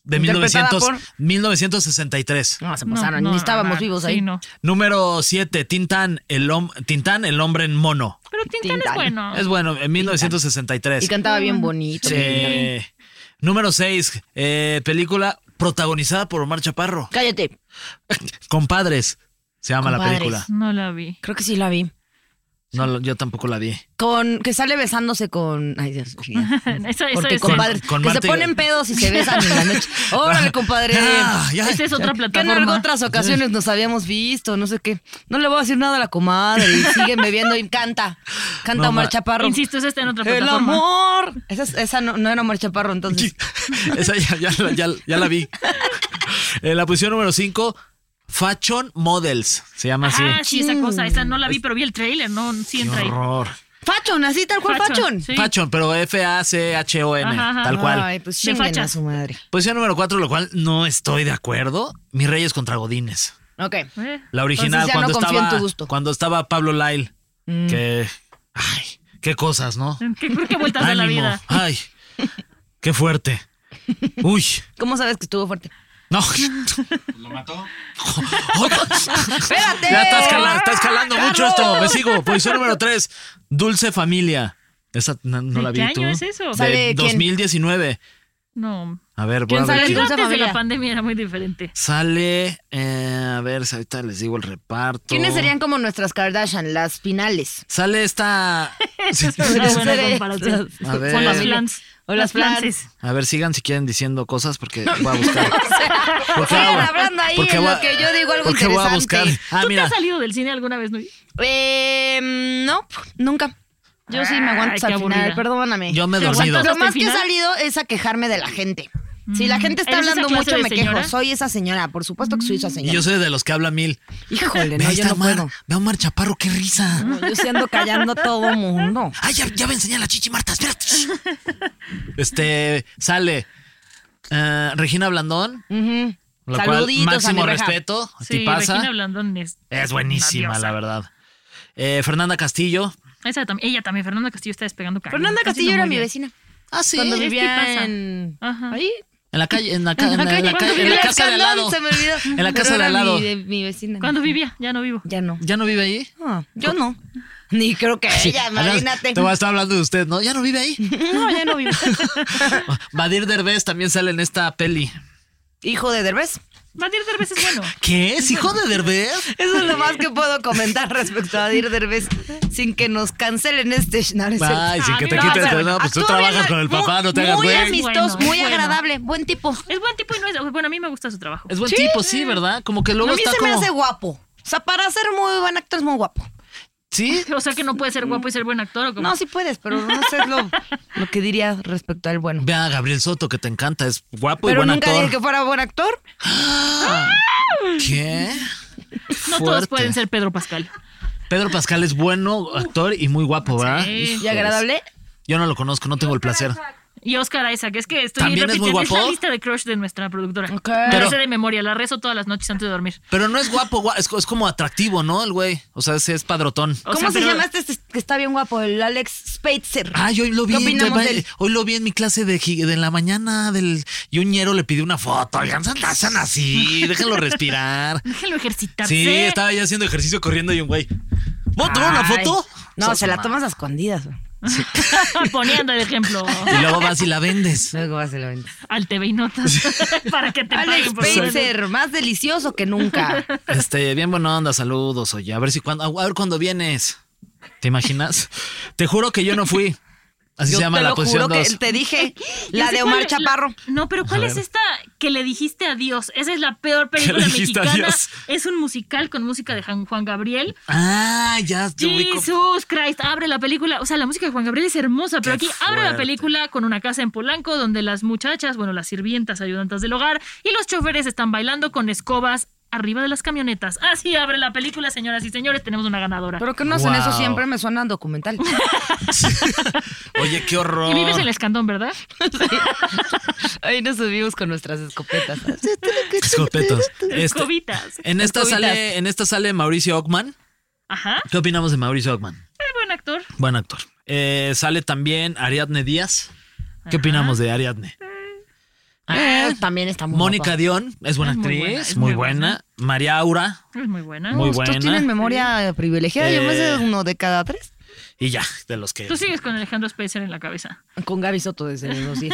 de Interpretada 1900, por- Ah. 1963. No, se No, pasaron, no, ni estábamos ajá, vivos sí, ahí. no. Número 7, Tintán el, hom- Tintán, el hombre en mono. Pero Tintán es Ah. Tintán. bueno. Es bueno, en Y 1963. cantaba Mm. bien bonito. Sí. Número 6, película protagonizada por Omar Chaparro. Cállate. Compadres, se llama Compadres. la película. No la vi. Creo que sí la vi. No, lo- yo tampoco la vi. Con, que sale besándose con. Ay, Dios mío. Esa, esa, Porque es, compadres con que Marta se y- ponen pedos y se besan en la noche. Órale, compadre. Ah, ya. esa es otra Que en algo plataforma. otras ocasiones nos habíamos visto, no sé qué. No le voy a decir nada a la comadre. Y siguen bebiendo y canta. Canta No, Omar ma- Chaparro. Insisto, esa está en otra El plataforma. amor. Esa, es- esa no, no era Omar Chaparro, entonces. Esa ya, ya la- ya- ya la vi. En la posición número 5, Fashion Models. Se llama así. Ah, sí, esa cosa. Esa no la vi, pero vi el trailer. No, sí Qué entra ahí. horror. Fachon, así tal cual Fachon. sí. Fashion, pero F-A-C-H-O-N, Ajá, ajá. tal cual. Ay, pues De chinguen a fachas. su madre. Posición número 4, lo cual no estoy de acuerdo. Mis Reyes contra Godines. Ok. Eh, La original, Entonces ya cuando, no confío en estaba, tu gusto. Mm. cuando estaba Pablo Lyle. Que. Ay, qué cosas, ¿no? ¿Qué, qué vueltas de la Ánimo. vida? Ay, qué fuerte. Uy. ¿Cómo sabes que estuvo fuerte? No. ¿Lo mató? ¡Espérate! Ya está escalando, está escalando Ah, mucho esto. Carlos. Me sigo. Posición número 3. Dulce Familia. Esa no, no ¿De la vi. qué año ¿tú? es eso? De ¿Sale quién? 2019. No. A ver, voy ¿Quién a ver sale? La quién- vida Dulce antes de Familia. la pandemia era muy diferente. Sale. eh, a ver, ahorita les digo el reparto. ¿Quiénes serían como nuestras Kardashian? Las finales. Sale esta. Esa es una buena comparación. A ver. Con las plans. Eh, O las plantes. A ver, sigan si quieren diciendo cosas porque voy a buscar. Porque Sigan voy a- hablando ahí en voy a- lo que yo digo algo porque voy a buscar. interesante. Ah, ¿Tú te mira. has salido del cine alguna vez, Nuri? Eh, no, nunca. Yo sí me aguanto Ay, hasta qué el final, aburrida. perdóname. Yo me he ¿Te dormido. aguantas Lo hasta el más que he final? salido es a quejarme de la gente. Si la gente está ¿Eres esa hablando clase mucho, de me quejo. señora? Soy esa señora, por supuesto que soy esa Y señora. yo soy de los que habla mil. Híjole, Ve, no, ahí yo está no Omar. puedo. Ve a Omar Chaparro, qué risa. Yo sí ando callando todo mundo. Ay, ya, ya va a enseñar la chichi Marta, espérate. Este, sale eh, Regina Blandón, la Saluditos cual a máximo mi reja. respeto, a ti Sí, pasa. Regina Blandón es, Es buenísima, una la diosa. verdad. Eh, Fernanda Castillo. Esa tam- ella también, Fernanda Castillo está despegando cañón. Fernanda Está Castillo haciendo era muy mi bien. vecina. Ah, sí. Cuando Es que vivía pasa. en. Ajá. Ahí. En la calle, en la, ca- en la- en la calle- en la El casa de al escandón, lado. Se me olvidó. En la Pero casa de al era lado. Mi, de- mi vecina. Cuando vivía, ya no vivo. Ya no. ¿Ya no vive ahí? No, yo no. Ah, pues, Ni creo que Sí. ella, Además, imagínate. Te voy a estar hablando de usted, ¿no? Ya no vive ahí. No, ya no vivo. Badir Derbez también sale en esta peli. Hijo de Derbez. Badir Derbez es bueno. ¿Qué es? ¿Hijo de Derbez? Eso es lo más que puedo comentar respecto a Badir Derbez sin que nos cancelen este. sh- No, no es cierto. Ay, sin Ah, que te mira, quites. o sea, no, pues tú Actúa trabajas bien, con el muy- papá, no te hagas Muy güey. amistoso, Bueno, muy bueno. agradable, buen tipo. Es buen tipo y no es. Bueno, a mí me gusta su trabajo. Es buen tipo, sí, ¿verdad? Como que luego a mí está se como. me hace guapo. O sea, para ser muy buen actor es muy guapo. Sí, O sea que no puede ser guapo y ser buen actor o como. No, sí puedes, pero no sé lo, lo que diría respecto al bueno. Ve a Gabriel Soto, que te encanta, es guapo y Pero buen nunca actor. dije que fuera buen actor. ¿Qué? No Fuerte. todos pueden ser Pedro Pascal. Pedro Pascal es bueno actor y muy guapo, ¿verdad? Sí. Y agradable. Yo no lo conozco, no tengo el placer. Y Oscar Isaac, es que estoy ¿También es muy repitiendo guapo? la lista de crush de nuestra productora. Ok. Me Pero- la sé de memoria, la rezo todas las noches antes de dormir. Pero no es guapo, gua- es, es como atractivo, ¿no? El güey. O sea, ese es padrotón. O ¿Cómo sea, se pero- llama este que está bien guapo? El Alex Spitzer. Ay, hoy lo vi, ¿Qué en, opinamos de él? hoy lo vi en mi clase de, gi- de la mañana del y un ñero le pidió una foto. Oigan, se hacen así, déjenlo respirar. Déjenlo ejercitarse. Sí, estaba ya haciendo ejercicio corriendo y un güey. ¿Vamos a tomar una Ay. foto? No, Sos se la ma- tomas a escondidas. güey. Poniendo el ejemplo Y luego vas y la vendes. Luego vas y lo vendes. al TV y Notas para que te Alex paguen por eso. Spitzer, más delicioso que nunca. Este, bien buena onda, saludos, oye. A ver si cuando, a ver cuándo vienes. ¿Te imaginas? Te juro que yo no fui. Así Yo se llama te la lo posición juro que 2. te dije, Ya la sé de Omar cuál es la- Chaparro. no, pero ¿cuál A es ver. esta que le dijiste adiós? Esa es la peor película dijiste mexicana. adiós? Es un musical con música de Jan- Juan Gabriel. Ah, ya te ubico. Jesus Christ, abre la película. O sea, la música de Juan Gabriel es hermosa, pero Qué aquí abre la fuerte. película con una casa en Polanco donde las muchachas, bueno, las sirvientas, ayudantas del hogar y los choferes están bailando con escobas arriba de las camionetas. Así abre la película, señoras y señores, tenemos una ganadora. Pero que no hacen eso Wow. siempre, me suena documental. Oye, qué horror. y vives en el escandón, ¿verdad? Ahí nos subimos con nuestras escopetas. Escopetas. Este, Escobitas. en esta Escobitas. sale, en esta sale Mauricio Ockman. Ajá. ¿Qué opinamos de Mauricio Ockman? Es buen actor. Buen actor. Eh, sale también Ariadne Díaz. ¿Qué opinamos de Ariadne? Ah, también está muy Mónica guapa. Dion es buena Es muy actriz, muy buena. buena, es muy buena. María Aura Es muy buena. Muy Ustedes buena. tienen memoria privilegiada. Yo me sé Eh. uno de cada tres. y ya, de los que. Tú sigues con Alejandro Spencer en la cabeza. Con Gaby Soto desde los 10.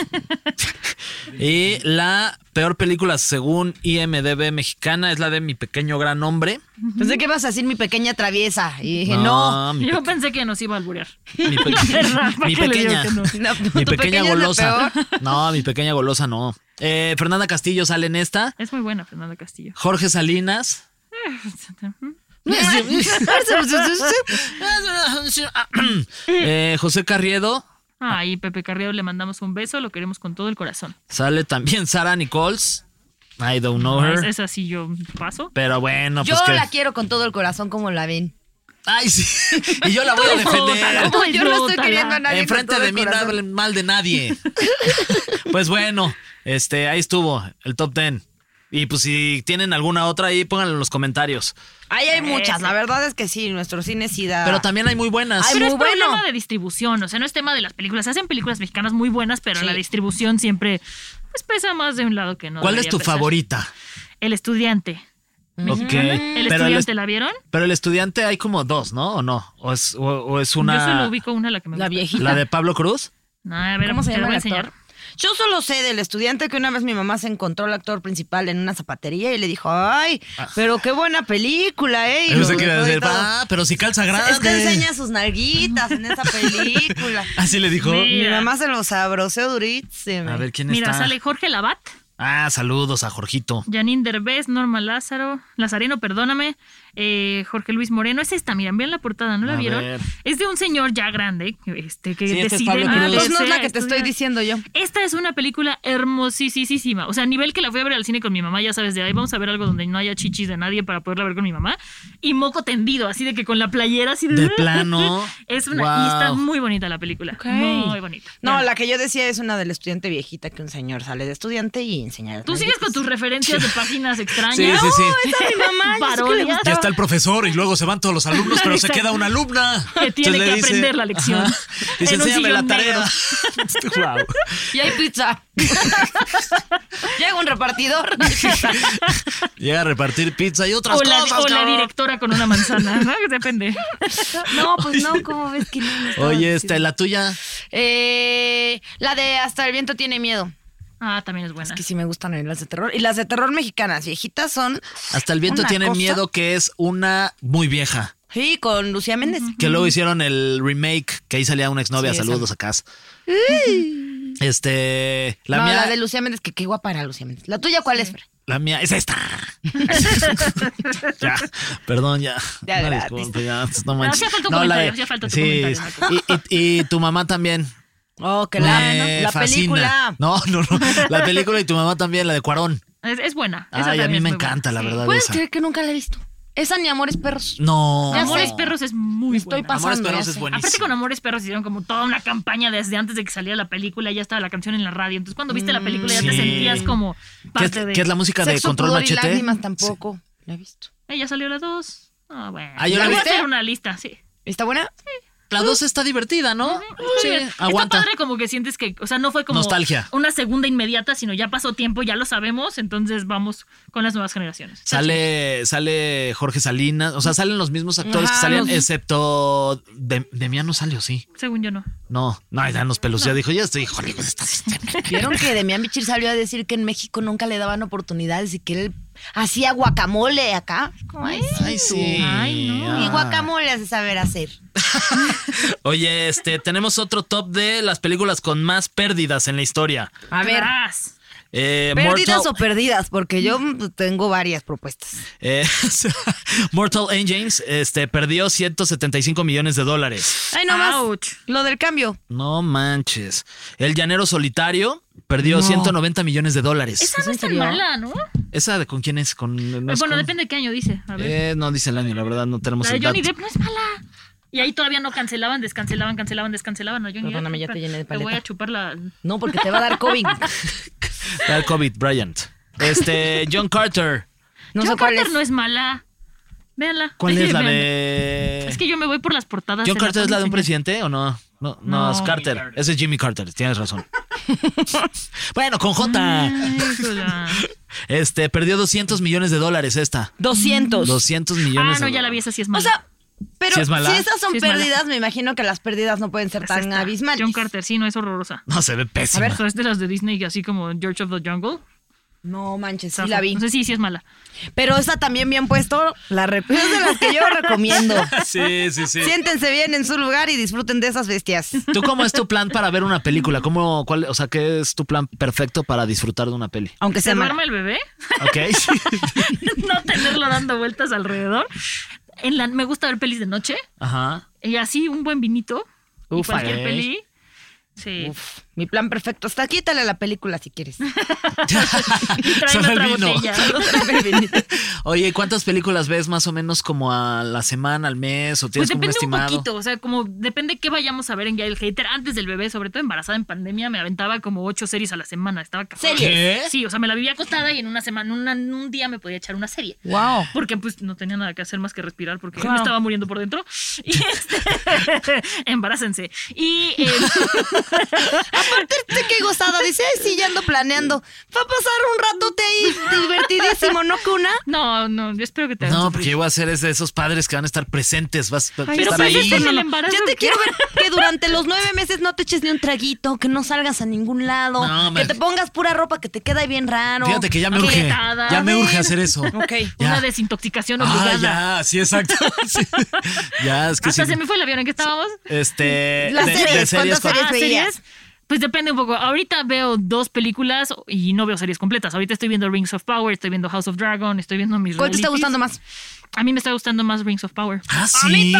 Y la peor película según IMDB mexicana es la de Mi pequeño gran hombre. Pensé que ibas a decir mi pequeña traviesa. Y dije, no. mi, Yo pensé que nos iba a alburear. mi pe- Rafa, mi que le pequeña. digo que no. No, Mi tu pequeña pequeña es la golosa. peor. No, mi pequeña golosa no. Eh, Fernanda Castillo sale en esta. Es muy buena Fernanda Castillo. Jorge Salinas. pues Eh, José Carriedo. Ay, Pepe Carrillo, le mandamos un beso, lo queremos con todo el corazón. Sale también Sara Nichols. I don't know No, es, her. es así yo paso. Pero bueno, Yo pues que. la quiero con todo el corazón como la ven. Ay, sí. Y yo la voy a defender. Tú Yo no estoy disfrútala. queriendo a nadie. con Enfrente todo de el mí no corazón. hablen mal de nadie. pues bueno, este, ahí estuvo el top 10. Y pues si tienen alguna otra ahí, pónganlo en los comentarios. Ahí hay muchas. La verdad es que sí, nuestro cine sí da. Ah. Pero también hay muy buenas. Ay, Pero es Muy bueno. problema de distribución, o sea, no es tema de las películas. Se hacen películas mexicanas muy buenas, pero la distribución siempre pues, pesa más de un lado que no. ¿Cuál es debería tu pesar. favorita? El estudiante. Ok. ¿El Pero el, estudiante est- la vieron? pero el estudiante hay como dos, ¿no? ¿O no? ¿O es, o- o es una. Yo solo ubico una la que me La gusta. viejita. ¿La de Pablo Cruz? No, a ver, ¿Cómo se te la llama voy el a actor? enseñar. Yo solo sé del estudiante que una vez mi mamá se encontró al actor principal en una zapatería y le dijo, ay, pero qué buena película, ¿eh? Y Ah. Yo lo sé qué iba a dejó y decir. todo. Ah, pero si calza grande. Es que enseña sus nalguitas en esa película. Así le dijo. Mira. Mi mamá se los abroceó durísimo. A ver quién Mira, está. sale Jorge Labat, Ah, saludos a Jorgito. Janine Derbez, Norma Lázaro, Lazareno, perdóname, eh, Jorge Luis Moreno. Es esta, miren, vean la portada, ¿no la A vieron? ver. Es de un señor ya grande, este, que Sí, este es Pablo decide... Cruz. Ah, pues no es la que te estudiar. estoy diciendo yo. Esta es una película hermosísima. O sea, a nivel que la fui a ver al cine con mi mamá, ya sabes, de ahí vamos a ver algo donde no haya chichis de nadie para poderla ver con mi mamá. Y moco tendido, así de que con la playera así de... De plano. Es una... Y Wow. está muy bonita la película. Muy bonita. No, la que yo decía es una del estudiante viejita que un señor sale de estudiante y enseña. Tú sigues con tus referencias de páginas extrañas. Sí, sí, sí. No, esa es mi mamá, yo sé que le Parodias. Ya está el profesor y luego se van todos los alumnos, pero se queda una alumna. Que tiene Entonces le que dice- aprender la lección. Ajá. Dice, En un enséñame la sillón negro". tarea. Guau. Y hay pizza. Llega un repartidor. Llega a repartir pizza y otras o la, cosas. o la cabrón. directora con una manzana, ¿no? Depende. No, pues no, ¿cómo ves que no? no estaba Oye, diciendo? esta, la tuya. Eh, la de Hasta el viento tiene miedo. Ah, también es buena. Es que sí me gustan a mí las de terror. Y las de terror mexicanas viejitas son. Hasta el viento una tiene cosa. miedo, que es una muy vieja. Sí, con Lucía Méndez. Que luego hicieron el remake, que ahí salía una exnovia. Sí, esa. Saludos acá. Este. La No, mía. la de Lucía Méndez, que qué guapa era Lucía Méndez. ¿La tuya cuál es? Fer? La mía es esta. ya, perdón, ya. Ya, Una gratis. disculpa, ya, no No, manches. hacía falta un la comentario, de- hacía falta tu sí. comentario, Y, y- y tu mamá también. Oh, que Me la, la película. fascina. No, no, no. La película y tu mamá también, la de Cuarón. Es, es buena. Esa Ay, a también mí es me muy buena. encanta, la verdad, Puedes esa. creer que nunca la he visto. Esa ni Amores Perros. No. Amores Perros es muy Estoy buena. pasando. Amores Perros ya es sé. buenísima. Aparte con Amores Perros hicieron como toda una campaña desde antes de que saliera la película, ya estaba la canción en la radio. Entonces cuando viste la película ya te Mm, sí. sentías como ¿Qué parte es, de... qué es la música de Sexo, Control Pudor y Machete? lágrimas tampoco. La he visto. Eh, ya salió la 2. Ah, bueno. Ah, ¿yo la Voy a viste? hacer una lista, sí. ¿Está buena? La dos está divertida, ¿no? Sí, Está aguanta. padre como que sientes que, o sea, no fue como Nostalgia. una segunda inmediata, sino ya pasó tiempo, ya lo sabemos, entonces vamos con las nuevas generaciones. Sale, sale Jorge Salinas, o sea, salen los mismos actores que Ajá, salían, los- excepto de, Demián no sale, ¿o sí? Según yo no. No, no, ya nos pelos. Ya dijo, ya estoy, híjole, pues estás Vieron que Demián Bichir salió a decir que en México nunca le daban oportunidades y que él hacía guacamole acá. ¿Cómo es? Ay, sí. Ay, Ah. Y guacamole hace saber hacer. Oye, este, tenemos otro top de las películas con más pérdidas en la historia. A ver, Tras. Eh, ¿pérdidas Mortal, o perdidas? Porque yo mm, tengo varias propuestas. eh, Mortal Engines este, perdió 175 millones de dólares. Ay, no más. Ouch. Lo del cambio. No manches. El Llanero Solitario perdió 190 millones de dólares. Esa no es tan serio? mala, ¿no? ¿Esa de con quién es? Con, no es bueno, con- depende de qué año dice. A ver. Eh, no dice el año, la verdad, no tenemos la de el Johnny dato. Depp no es mala. Y ahí todavía no cancelaban, descancelaban, cancelaban, descancelaban. No, Johnny Perdóname, Depp, ya te llené de Te voy paleta. a chupar la. No, porque te va a dar COVID. La de COVID, Bryant. Este, John Carter. No John sé cuál Carter es. no es mala. Véanla. ¿Cuál es la Vean. de...? Es que yo me voy por las portadas. John se la Carter es la de un ponen señor. presidente o no? No, no, No. es Carter. Ese es Jimmy Carter, tienes razón. bueno, con J. Ah. Híjola. Este, perdió 200 millones de dólares esta. 200. 200 millones Ah, no, de ya la vi, dólares. esa sí es O mala. sea, pero ¿Sí es mala? si esas son Sí es mala. pérdidas, me imagino que las pérdidas no pueden ser Es tan esta. abismales. John Carter, sí, no es horrorosa. No, se ve A pésima. ver, es de las de Disney, así como George of the Jungle. No manches, sí la vi. No sé si sí es mala. Pero esta también bien puesto, la rep- es de las que yo recomiendo. Sí, sí, sí. Siéntense bien en su lugar y disfruten de esas bestias. ¿Tú cómo es tu plan para ver una película? ¿Cómo, cuál, o sea, qué es tu plan perfecto para disfrutar de una peli? Aunque ¿Se sea mala. duerme el bebé? ¿Ok? no tenerlo dando vueltas alrededor. En la, me gusta ver pelis de noche. Ajá. Y así un buen vinito. y Ufa, cualquier ¿eh? peli. Sí. Uf, mi plan perfecto. Hasta quítale la película si quieres. Y traen Solo el otra vino. botella. Oye, ¿cuántas películas ves más o menos como a la semana, al mes? ¿O tienes Pues como un depende un estimado? poquito, o sea, como depende qué vayamos a ver en Ya el Hater. Antes del bebé, sobre todo embarazada en pandemia, me aventaba como ocho series a la semana. Estaba cagada. ¿Qué? Sí, o sea, me la vivía acostada y en una semana, en una- en un día me podía echar una serie. wow. Porque pues no tenía nada que hacer más que respirar porque me estaba muriendo por dentro. Y este, embarácense. Y eh, Aparte, este que gozada dice, ay, sí, ya ando planeando. Va a pasar un ratote ahí divertidísimo, ¿no, Cuna? no, no, yo espero que te hagan No, sufrir. porque yo voy a ser es de esos padres que van a estar presentes, vas a Pero estar pues ahí. este en el embarazo. Yo te quiero ver que durante los nueve meses no te eches ni un traguito, que no salgas a ningún lado, No, me- que te pongas pura ropa que te queda bien raro. Fíjate que ya me urge. Aquietada. Ya me urge hacer eso. Ok. Ya. Una desintoxicación Ah, obligada. ya, sí, exacto. Sí. Ya, es que Hasta sí. se me fue el avión en que estábamos. Este. Las series, ¿cuántas con- series Ah, veías? series. Pues depende un poco. Ahorita veo dos películas y no veo series completas. Ahorita estoy viendo Rings of Power, estoy viendo House of Dragon, estoy viendo mis ¿Cuál te está realities. gustando más? A mí me está gustando más Rings of Power. ¿Ah, sí?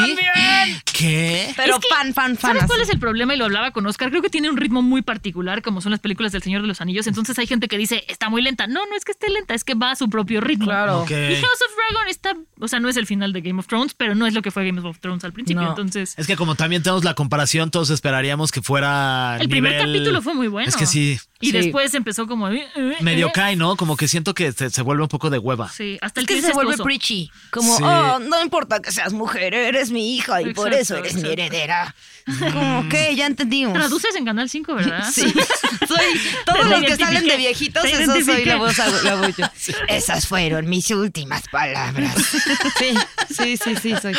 ¿Qué? Pero Es que, fan, fan, fan. ¿Sabes así. cuál es el problema? Y lo hablaba con Oscar. Creo que tiene un ritmo muy particular, como son las películas del Señor de los Anillos. Entonces hay gente que dice, está muy lenta. No, no es que esté lenta, es que va a su propio ritmo. Claro. Ok. Y House of Dragon está, o sea, no es el final de Game of Thrones, pero no es lo que fue Game of Thrones al principio. No. Entonces, Es que como también tenemos la comparación, todos esperaríamos que fuera el primer nivel- capítulo fue muy bueno. Es que sí, Y Sí. después empezó como... eh, eh, medio eh. cae, ¿no? Como que siento que se, se vuelve un poco de hueva. Sí, hasta Es el que es se vuelve esposo. preachy. Como, Sí. oh, no importa que seas mujer, eres mi hija y por Exacto, eso eres mi exacto. heredera. Mm. Como que ya entendimos. Traduces en Canal 5, ¿verdad? Sí, soy todos Te los que salen identifiqué, de viejitos, te eso soy identifiqué. la voz, la voz yo. Esas fueron mis últimas palabras. Sí, sí, sí, sí, soy.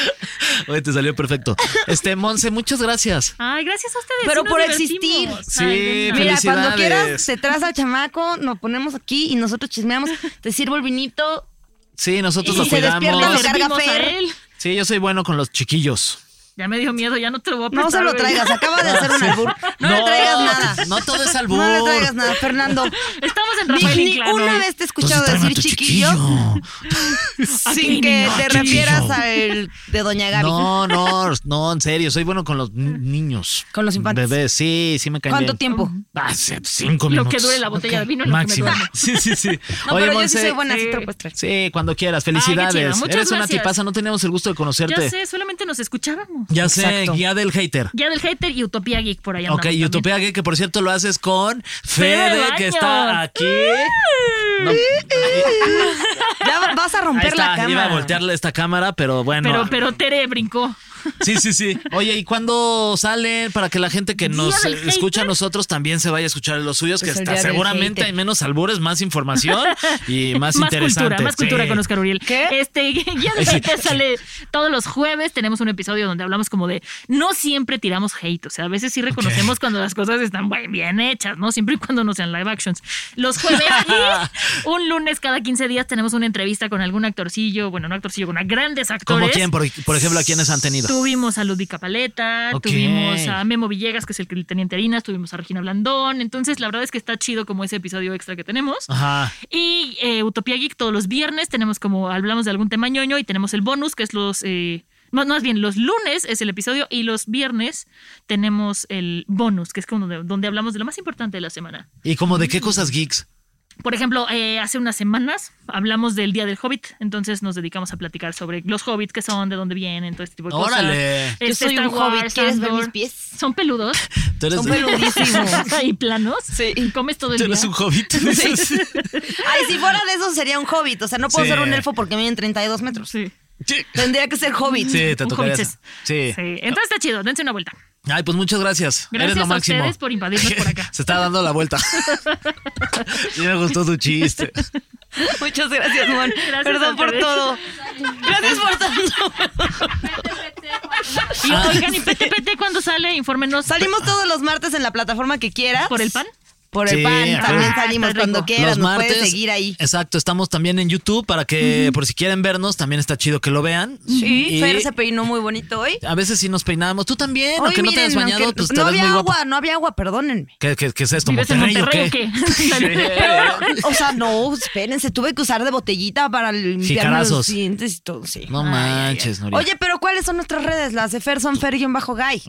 Oye, te salió perfecto. Este, Monse, muchas gracias. Ay, gracias a ustedes. Pero sí nos por divertimos. existir. Sí, Ay, de nada. Mira, cuando Felicidades. quieras, te traes al chamaco, nos ponemos aquí y nosotros chismeamos, te sirvo el vinito. Sí, nosotros Y lo se despierta cuidamos. lo carga Servimos a Fer. él. Sí, yo soy bueno con los chiquillos. Ya me dio miedo, ya no te lo voy a No se prestar, lo güey. traigas, acaba de hacer un albur. No, le traigas nada. No todo es albur. No le traigas nada, Fernando. Estamos en Ni- Rafael ni Inclán una hoy. vez te he escuchado Entonces, tráeme Pues a decir tu chiquillo, sin Aquí, que niño, te chiquillo. refieras al de Doña Gaby. No, no, no, en serio, soy bueno con los ni- niños. Con los infantes. Bebés, sí, sí me caen ¿Cuánto bien. tiempo? Ah, sí, cinco Lo minutos. que dure la botella de vino, lo que me Máximo. duermo. sí, sí, sí. No, pero yo sí Monse, eh, soy buena, sí te lo puedes traer. Sí, cuando quieras. Ay, Ah, qué Felicidades. chido, muchas Eres una gracias. tipaza, no teníamos el gusto de conocerte. Ya sé, solamente nos escuchábamos. Ya sé, Exacto. guía del hater. Ya del hater y Utopía Geek por allá. Ok, y Utopía Gay, que por cierto lo haces con Fede, Fede que está Baños. aquí. No, Ya va- vas a ahí romper la está, iba a cámara. voltearle esta cámara, pero bueno. Pero, pero Tere brincó. Sí, sí, sí. Oye, ¿y cuándo salen para que la gente que Día nos del eh, escucha a hater. nosotros también se vaya a escuchar los suyos? Pues que el está, día del seguramente hater. hay menos albures, más información y más, más interesante. cultura, más cultura Sí. con Oscar Uriel. ¿Qué? Este, ya de repente sale todos los jueves. Tenemos un episodio donde hablamos como de no siempre tiramos hate. O sea, a veces sí reconocemos cuando las cosas están buen- bien hechas, ¿no? Siempre y cuando no sean live actions. Los jueves y un lunes cada 15 días tenemos una entrevista con algún actorcillo, bueno, no actorcillo, con a grandes actores. ¿Como quién? Por, por ejemplo, ¿a quiénes han tenido? Tuvimos a Ludica Paleta, Ok. tuvimos a Memo Villegas, que es el que- el teniente Harinas, tuvimos a Regina Blandón. Entonces, la verdad es que está chido como ese episodio extra que tenemos. Ajá. Y eh, Utopía Geek todos los viernes tenemos como hablamos de algún tema ñoño y tenemos el bonus que es los... eh, más, más bien, los lunes es el episodio y los viernes tenemos el bonus, que es como donde, donde hablamos de lo más importante de la semana. ¿Y como Mm. de qué cosas geeks? Por ejemplo, eh, hace unas semanas hablamos del Día del Hobbit, entonces nos dedicamos a platicar sobre los hobbits, qué son, de dónde vienen, todo este tipo de cosas. Órale. Este, Yo soy un Star Wars, hobbit, ¿quieres ver Andor. mis pies? ¿Son peludos? Tú eres, Son peludísimos. ¿Y planos? Sí. ¿Y comes todo el tú día? eres un hobbit. Sí. Ay, si fuera de eso sería un hobbit. O sea, no puedo Sí. ser un elfo porque miden 32 metros. Sí. Sí. Tendría que ser hobbit. Sí, te Un tocaría. hobbitses. Sí. Sí. Entonces está chido, dense una vuelta. Ay, pues muchas gracias. Eres Gracias lo a máximo. ustedes por invadirnos por acá. Se está dando la vuelta. Sí, me gustó tu chiste. Muchas gracias, Mon. Gracias Perdón a por ustedes. todo. Gracias por todo. Y oigan, y PTPT cuando sale, infórmenos. Salimos todos los martes en la plataforma que quieras. ¿Por el pan? Por el Sí, pan. ajá. También Ah, salimos está rico. cuando quieras. Nos puedes seguir ahí. Exacto, estamos también en YouTube para que por si quieren vernos, también está chido que lo vean. Sí. Y Fer se peinó muy bonito hoy. a veces sí nos peinamos. Tú también, Hoy, aunque no te hayas miren, bañado, aunque- pues te no ves había muy guapa. agua, no había agua, perdónenme. ¿Qué, qué- qué es esto? ¿Vives en ¿Monterrey, Monterrey o qué? O sea, no, espérense, tuve que usar de botellita para limpiarme los Jicarazos. dientes y todo, sí. No manches, Nuria. Oye, pero ¿cuáles son nuestras redes? Las de Fer son Fer-Guy. Ay,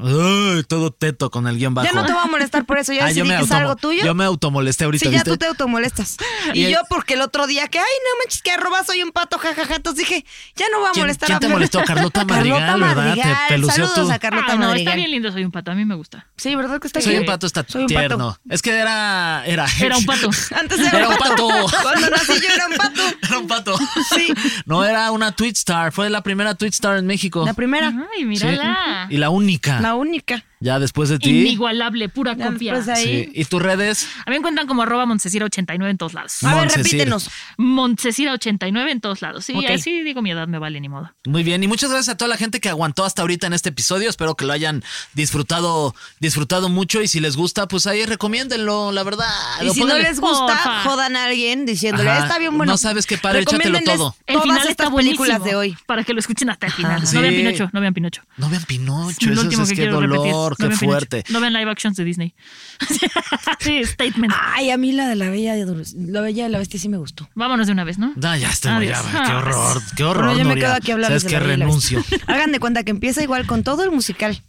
todo teto con el guión bajo. Ya no te voy a molestar por eso, ya Ah, decidí que es automo- algo tuyo. Yo me automolesté ahorita, Sí, ya ¿viste? tú te automolestas. Y Y, el- yo, porque el otro día que, ay, no manches, que arroba soy un pato, jajaja. Entonces dije, ya no voy a ¿Quién- molestar quién a te Fer. molestó? Carlota Madrigal, ¿verdad? Te Madrigal. pelució Saludos tú. a Carlota Ay, Ah, no, Madrigal. está bien lindo, soy un pato. A mí me gusta. Sí, ¿verdad que está Soy bien? un pato, está Soy un pato. tierno. Es que era, era. Era un pato. Antes era, Era un pato. Cuando nací yo era un pato. Era un pato. Sí. No, era una Twitch Star. Fue la primera Twitch Star en México. La primera, Ay, Sí. mírala. Y la única. la única. Ya después de ti. Inigualable, pura Ya pues, eh. después de confianza. ahí. Sí. ¿Y tus redes? A mí me encuentran como arroba Montesira89 en todos lados. A ver, Montse Cid. repítenos. Montesira89 en todos lados. Sí, Ok. así digo mi edad, me vale ni modo. Muy bien, y muchas gracias a toda la gente que aguantó hasta ahorita en este episodio. Espero que lo hayan disfrutado, disfrutado mucho. Y si les gusta, pues ahí recomiéndenlo, la verdad. Y Lo si no pueden- les gusta, Porfa. jodan a alguien diciéndole, Ajá. está bien bueno. No sabes qué padre, échatelo Recomiéndenles todo. El todas final estas está buenísimo. películas de hoy. Para que lo escuchen hasta el final. Sí. No vean Pinocho, no vean Pinocho. No vean Es Pinocho, lo eso último es que que quiero repetir. dolor. horror, qué ven fuerte. Pinocho. No ven live actions de Disney. sí, statement. Ah. Ay, a mí la de la bella y Dul- la bella y la bestia sí me gustó. Vámonos de una vez, ¿no? Ah, ya está, Adiós. ya, qué Ah, horror, qué horror. Bueno, yo me Nuria. quedo aquí hablando Sabes de que la Bella y la renuncio. Bestia. Hagan de cuenta que empieza igual con todo el musical.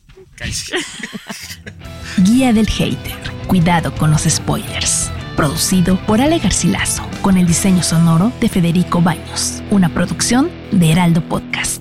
Guía del hater. Cuidado con los spoilers. Producido por Ale Garcilaso, con el diseño sonoro de Federico Baños, una producción de Heraldo Podcast.